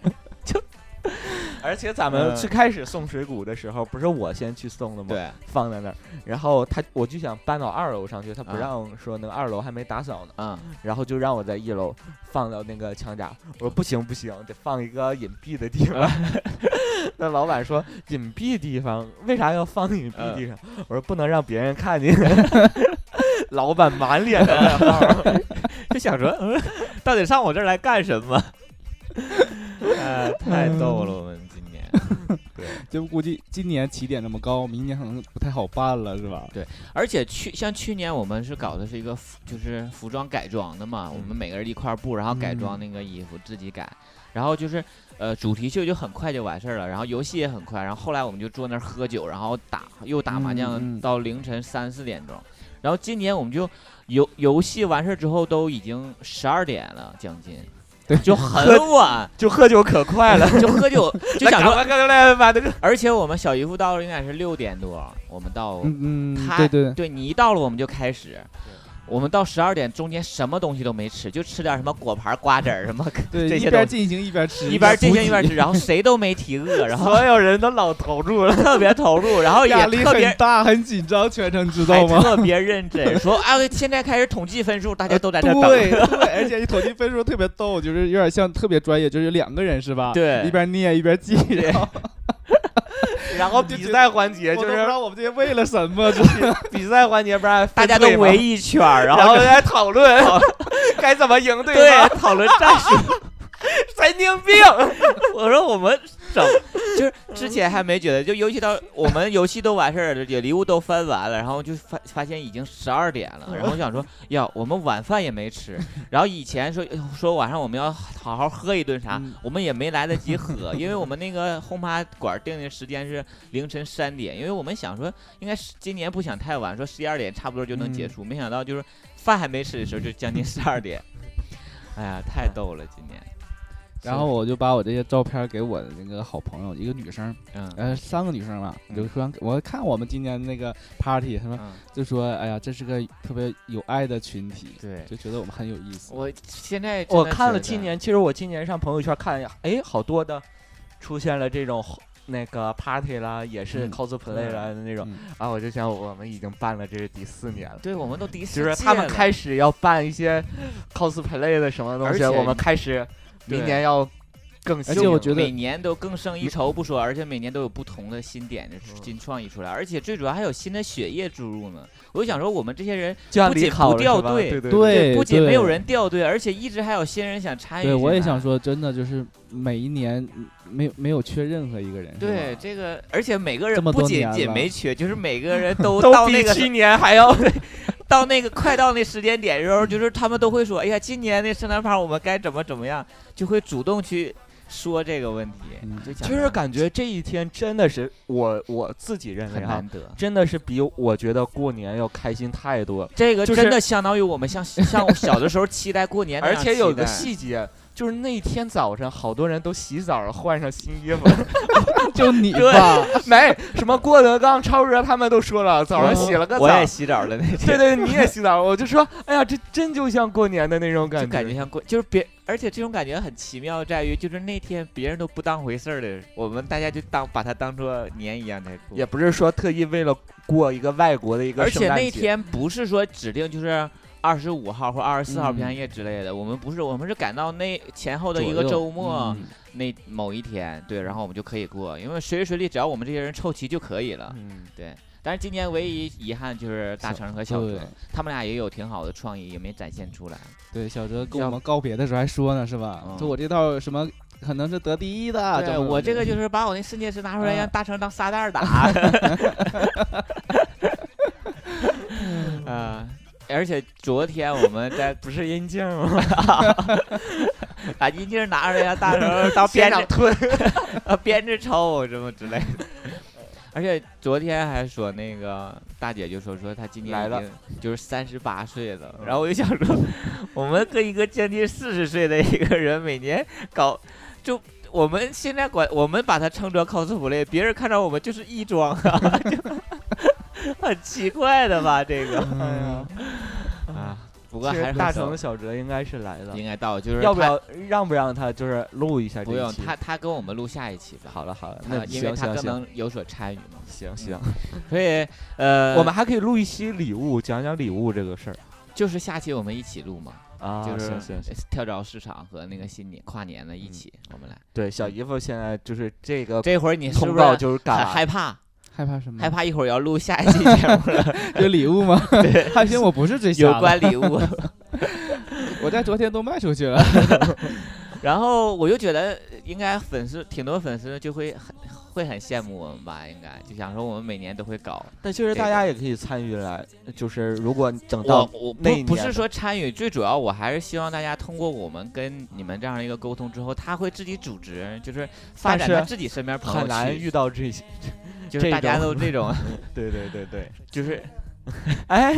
Speaker 4: 而且咱们
Speaker 3: 嗯
Speaker 4: 最开始送水果的时候，不是我先去送的吗？，
Speaker 3: 对，
Speaker 4: 放在那儿，然后他我就想搬到二楼上去，他不
Speaker 3: 啊
Speaker 4: 让说那个二楼还没打扫呢，
Speaker 3: 嗯，
Speaker 4: 然后就让我在一楼放到那个墙角。我说不行不行，得放一个隐蔽的地
Speaker 3: 啊
Speaker 4: 方。 那老板说隐蔽地方为啥要放隐蔽地
Speaker 3: 嗯
Speaker 4: 方？我说不能让别人看见。 老板满脸的问号。
Speaker 3: 就想着，嗯，到底上我这儿来干什么？呃，太逗了，我们今年。
Speaker 5: 就估计今年起点这么高，明年可能不太好办了，是吧？
Speaker 3: 而且去像去年我们是搞的是一个服就是服装改装的
Speaker 5: 嗯
Speaker 3: 嘛，我们每个人一块儿布，然后改装那个衣服自己改，然后就是呃主题秀就很快就完事儿了，然后游戏也很快，然后后来我们就坐那儿喝酒，然后打又打麻
Speaker 5: 嗯
Speaker 3: 将
Speaker 5: 嗯
Speaker 3: 到凌晨三四点钟，然后今年我们就游游戏完事儿之后都已经十二点了将近，
Speaker 5: 对
Speaker 3: 就很晚，
Speaker 4: 就喝酒可快 了，
Speaker 3: 就喝酒就 想说
Speaker 4: 来赶快赶快来把那个
Speaker 3: 而且我们小姨夫到了应该是六点多，我们到，
Speaker 5: 嗯嗯，
Speaker 3: 哦他
Speaker 5: 对对对，
Speaker 3: 你一到了我们就开始，我们到十二点中间什么东西都没吃，就吃点什么果盘、瓜子儿什么
Speaker 5: 对
Speaker 3: 这
Speaker 5: 一
Speaker 3: 些
Speaker 5: 边
Speaker 3: 东西，
Speaker 5: 进行一边吃，
Speaker 3: 一边进行一边
Speaker 5: 吃，
Speaker 3: 吃，然后谁都没提饿，然后
Speaker 4: 所有人都老投入 了。
Speaker 3: 特别投入，然后 也
Speaker 5: 压力
Speaker 3: 特别哎
Speaker 5: 很大，很紧张，全程知
Speaker 3: 还
Speaker 5: 道吗？
Speaker 3: 特别认真，说啊，现在开始统计分数，大家都在这等，
Speaker 5: 对 对，而且你统计分数特别逗，就是有点像特别专业，就是有两个人是吧？
Speaker 3: 对
Speaker 5: 一边念一边记，然后
Speaker 4: 然后比赛环节
Speaker 5: 我都
Speaker 4: 就
Speaker 5: 不
Speaker 4: 是
Speaker 5: 知道我们这些为了什 么，这
Speaker 4: 比赛环节，不然
Speaker 3: 大家都围
Speaker 4: 一，
Speaker 3: 一圈儿，然
Speaker 4: 然后
Speaker 3: 后
Speaker 4: 在讨 论该怎么赢
Speaker 3: 对啊
Speaker 4: 方。
Speaker 3: 讨论战术。
Speaker 4: 神经病！
Speaker 3: 我说我们整， 就是之前还没觉得，就尤其到我们游戏都完事儿了，也礼物都分完了，然后就发发现已经十二点了，然后我想说，呀，我们晚饭也没 吃，然后以前说说晚上我们要好好喝一顿啥
Speaker 5: 嗯，
Speaker 3: 我们也没来得及喝，因为我们那个轰趴馆定的时间是凌晨三点，因为我们想说应该是今年不想太晚，说十一二点差不多就能结
Speaker 5: 嗯
Speaker 3: 束，没想到就是饭还没吃的时候就将近十二点，哎呀，太逗了，今年，
Speaker 5: 然后我就把我这些照片给我的那个好朋友，一个女生，
Speaker 3: 嗯
Speaker 5: 呃，三个女生吧，
Speaker 3: 嗯
Speaker 5: 就说我看我们今年那个 party，他们
Speaker 3: 嗯，
Speaker 5: 就说，哎呀，这是个特别有爱的群体，
Speaker 3: 对。
Speaker 5: 就觉得我们很有意思。
Speaker 3: 我现在真
Speaker 4: 我
Speaker 3: 的
Speaker 4: 看
Speaker 3: 觉
Speaker 4: 了
Speaker 3: 得
Speaker 4: 今年，其实我今年上朋友圈看，哎，好多的出现了这种那个 party 啦，也是
Speaker 5: 嗯
Speaker 4: cosplay 啦的那种
Speaker 5: 嗯
Speaker 4: 啊，我就想我们已经办了这是第四年了。
Speaker 3: 对我们都第
Speaker 4: 就
Speaker 3: 四
Speaker 4: 是
Speaker 3: 届
Speaker 4: 他们
Speaker 3: 嗯了
Speaker 4: 开始要办一些 cosplay 的什么东
Speaker 3: 而
Speaker 4: 西，
Speaker 3: 且
Speaker 4: 我
Speaker 3: 你
Speaker 4: 们开始明
Speaker 3: 对
Speaker 4: 年要更
Speaker 5: 而
Speaker 4: 新
Speaker 5: 且
Speaker 4: 颖
Speaker 5: 我
Speaker 4: 了
Speaker 5: 觉得
Speaker 3: 每年都更胜一筹不说，而且每年都有不同的新点子新创意出来，而且最主要还有新的血液注入呢。我就想说，我们这些人
Speaker 4: 就像
Speaker 3: 不
Speaker 4: 李
Speaker 3: 仅
Speaker 4: 考
Speaker 3: 不
Speaker 4: 了是
Speaker 3: 掉
Speaker 4: 吧
Speaker 3: 队
Speaker 4: 对对
Speaker 5: 对
Speaker 3: 不仅没有
Speaker 5: 对
Speaker 3: 人掉队，而且一直还有新人想参与。
Speaker 5: 对，我也想。说，真的就是每一年嗯没有没有缺任何一个人，是吧
Speaker 3: 对这个，而且每个
Speaker 5: 这
Speaker 3: 人
Speaker 5: 么
Speaker 3: 不
Speaker 5: 多
Speaker 3: 仅
Speaker 5: 年
Speaker 3: 仅
Speaker 5: 了
Speaker 3: 没缺，就是每个人 都到
Speaker 4: 都
Speaker 3: 那
Speaker 4: 比
Speaker 3: 个
Speaker 4: 去年还要
Speaker 3: 到那个快到那时间点的时候，就是他们都会说：“哎呀，今年那圣诞趴我们该怎么怎么样”，就会主动去说这个问题。
Speaker 5: 嗯
Speaker 3: 就讲
Speaker 4: 其实
Speaker 3: 到
Speaker 4: 感觉这一天真的是我我自己认为啊
Speaker 3: 很
Speaker 4: 哈
Speaker 3: 难，得。
Speaker 4: 真的是比我觉得过年要开心太多了。
Speaker 3: 这个
Speaker 4: 就是
Speaker 3: 真的相当于我 们像像小的时候期待过年那
Speaker 4: 而
Speaker 3: 样期待，
Speaker 4: 且有个细节，就是那天早上好多人都洗澡了换上新衣服，
Speaker 5: 就你
Speaker 3: 对
Speaker 5: 吧，
Speaker 4: 没什么郭德纲、超哥他们都说了，早上洗了个
Speaker 3: 我
Speaker 4: 澡
Speaker 3: 也。洗澡了那
Speaker 4: 对
Speaker 3: 天，
Speaker 4: 对，你也洗澡，我就说，哎呀，这真就像过年的那种 感
Speaker 3: 就
Speaker 4: 觉，
Speaker 3: 感觉像过，就是别，而且这种感觉很奇妙，在于就是那天别人都不当回事儿的，我们大家就当把它当做年一样在过
Speaker 4: 也。不是说特意为了过一个外国的一个
Speaker 3: 而
Speaker 4: 圣
Speaker 3: 且
Speaker 4: 诞节，
Speaker 3: 那天不是说指定就是二十五号或二十四号
Speaker 5: 嗯
Speaker 3: 平安夜之类的，我们不是，我们是赶到那前后的
Speaker 5: 左
Speaker 3: 一个
Speaker 5: 右
Speaker 3: 周末、
Speaker 5: 嗯
Speaker 3: 那某一天，对，然后我们就可以过，因为随时随地只要我们这些人凑齐就可以了，
Speaker 4: 嗯，
Speaker 3: 对。但是今年唯一遗憾就是大成和小
Speaker 5: 对
Speaker 3: 泽，他们俩也有挺好的创意，也没展现出来。
Speaker 5: 对，小哲跟
Speaker 3: 要
Speaker 5: 我们告别的时候还说呢，是吧？
Speaker 3: 嗯
Speaker 5: 说我这套什么可能是得第一的，啊怎
Speaker 3: 对
Speaker 5: 么
Speaker 3: 我这个
Speaker 5: 怎
Speaker 3: 就
Speaker 5: 么
Speaker 3: 是把我那世界是拿出来
Speaker 5: 嗯
Speaker 3: 让大成当沙袋儿打。啊、啊而且昨天我们在
Speaker 4: 不是阴茎吗？
Speaker 3: 把阴茎拿出来让大成当
Speaker 4: 现
Speaker 3: 鞭
Speaker 4: 场
Speaker 3: 子
Speaker 4: 吞，
Speaker 3: 啊，编着抽什么之类的。 而且昨天还说那个大姐就说说她今年
Speaker 4: 来
Speaker 3: 已
Speaker 4: 了
Speaker 3: 经就是三十八岁了，
Speaker 4: 嗯
Speaker 3: 然后我就想说，我们跟一个将近四十岁的一个人每年搞，就我们现在管我们把它称作 cosplay，别人看到我们就是异装啊， 就很奇怪的吧这个，哎呀啊，不过
Speaker 4: 其实
Speaker 3: 还是
Speaker 4: 大
Speaker 3: 很
Speaker 4: 成
Speaker 3: 熟
Speaker 4: 和小哲应该是来了
Speaker 3: 应，该到就是
Speaker 4: 要不
Speaker 3: 他
Speaker 4: 要让不让他就是录一下这
Speaker 3: 不
Speaker 4: 一
Speaker 3: 用
Speaker 4: 期？
Speaker 3: 他他跟我们录下一期吧，
Speaker 4: 好了好了，
Speaker 3: 他
Speaker 4: 那
Speaker 3: 因为
Speaker 4: 行
Speaker 3: 他
Speaker 4: 行
Speaker 3: 更
Speaker 4: 行
Speaker 3: 能有所参与嘛。
Speaker 4: 行行，
Speaker 3: 所以呃，
Speaker 4: 我们还可以录一期礼物，讲讲礼物这个事儿
Speaker 3: 就是下期我们一起录嘛，
Speaker 4: 啊
Speaker 3: 就
Speaker 4: 行
Speaker 3: 是
Speaker 4: 行嗯行，
Speaker 3: 跳蚤市场和那个新年跨年的一起，我们来。
Speaker 4: 对，小姨夫现在就是这个
Speaker 3: 这会儿你是
Speaker 4: 通
Speaker 3: 不
Speaker 4: 告
Speaker 3: 是
Speaker 4: 就是干
Speaker 3: 很
Speaker 4: 完嗯
Speaker 3: 害怕？
Speaker 5: 害怕什么？
Speaker 3: 害怕一会儿要录下一期节目了，
Speaker 5: 有礼物 吗？ 还行，我不是这
Speaker 3: 有
Speaker 5: 瞎了，
Speaker 3: 关礼 物。
Speaker 5: 我在昨天都卖出去了。
Speaker 3: 然后我就觉得应该粉丝挺多粉丝就会很会很羡慕我们吧，应该就想说我们每年都会搞。
Speaker 4: 但其实大家也可以参与来，就是如果整
Speaker 3: 我
Speaker 4: 到
Speaker 3: 我
Speaker 4: 那
Speaker 3: 不
Speaker 4: 一
Speaker 3: 不
Speaker 4: 年
Speaker 3: 是
Speaker 4: 的
Speaker 3: 说参与，最主要我还是希望大家通过我们跟你们这样的一个沟通之后，他会自己组织，就是发
Speaker 4: 但
Speaker 3: 展
Speaker 4: 是
Speaker 3: 他自己身边朋友
Speaker 4: 很难
Speaker 3: 去
Speaker 4: 遇 到这些，
Speaker 3: 就是
Speaker 4: 这
Speaker 3: 大家
Speaker 4: 种
Speaker 3: 都这 种，
Speaker 4: 对对对 对，
Speaker 3: 就是
Speaker 4: 哎，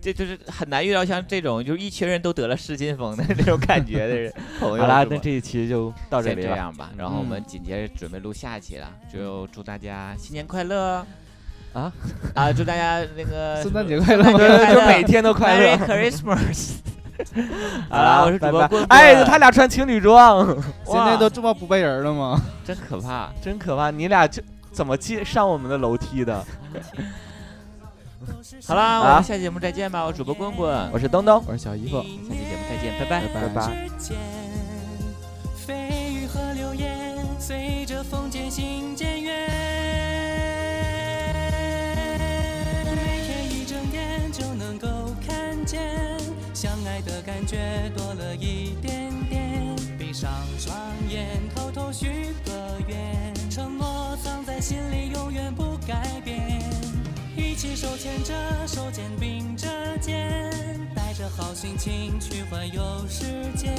Speaker 3: 这就是很难遇到像这种就是一群人都得了失心疯的那种感觉的 人朋友。
Speaker 4: 好啦，
Speaker 3: 是吧
Speaker 4: 那这一期就到这
Speaker 3: 先
Speaker 4: 里嗯
Speaker 3: 这
Speaker 4: 了，
Speaker 3: 样吧，然后我们紧接着准备录下一期了，就祝大家新年快乐
Speaker 4: 嗯啊
Speaker 3: 啊！祝大家那 个
Speaker 5: 圣诞节快乐！
Speaker 4: 对 对，就每天都快乐
Speaker 3: Merry。Christmas。好
Speaker 4: 好
Speaker 3: 了，
Speaker 4: 啦
Speaker 3: 哎我是主
Speaker 4: 拜
Speaker 3: 播
Speaker 4: 拜
Speaker 3: 棍棍，
Speaker 4: 哎，他俩穿情 侣装，
Speaker 5: 现在都这么不背人了吗？
Speaker 3: 真可怕。
Speaker 4: 真可怕！你俩就怎么进上我们的楼梯的？
Speaker 3: 好啦，我
Speaker 4: 啊
Speaker 3: 们下期节目再见吧，我是主播棍棍，
Speaker 4: 我是东东，
Speaker 5: 我是小姨夫，
Speaker 3: 下期节目再见，拜拜。
Speaker 4: 拜拜。
Speaker 6: 之间，蜚语和流言随着风渐行渐远。每天一睁眼就能够看见，相爱的感觉多了一点点。闭上双眼，偷偷许个愿，承诺藏在心里，永远不改变。一起手牵着手，肩并着肩，带着好心情去环游世界，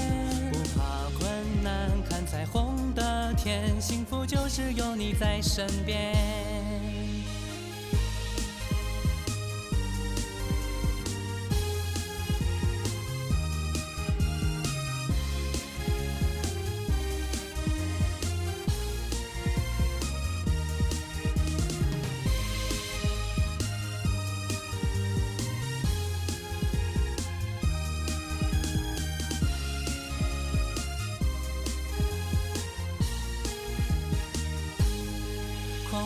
Speaker 6: 不怕困难，看彩虹的天，幸福就是有你在身边。狂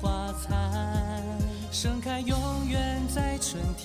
Speaker 6: 花残，盛开永远在春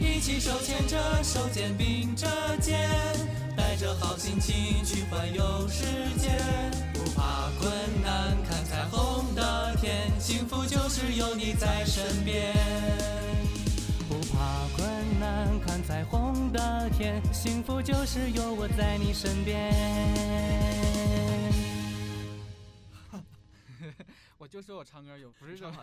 Speaker 6: 一起手牵着手，肩并着肩，带着好心情去环游世界，不怕困难，看彩虹的天，幸福就是有你在身边。不怕困难，看彩虹的天，幸福就是有我在你身边。
Speaker 5: 我就说我唱歌有不是正好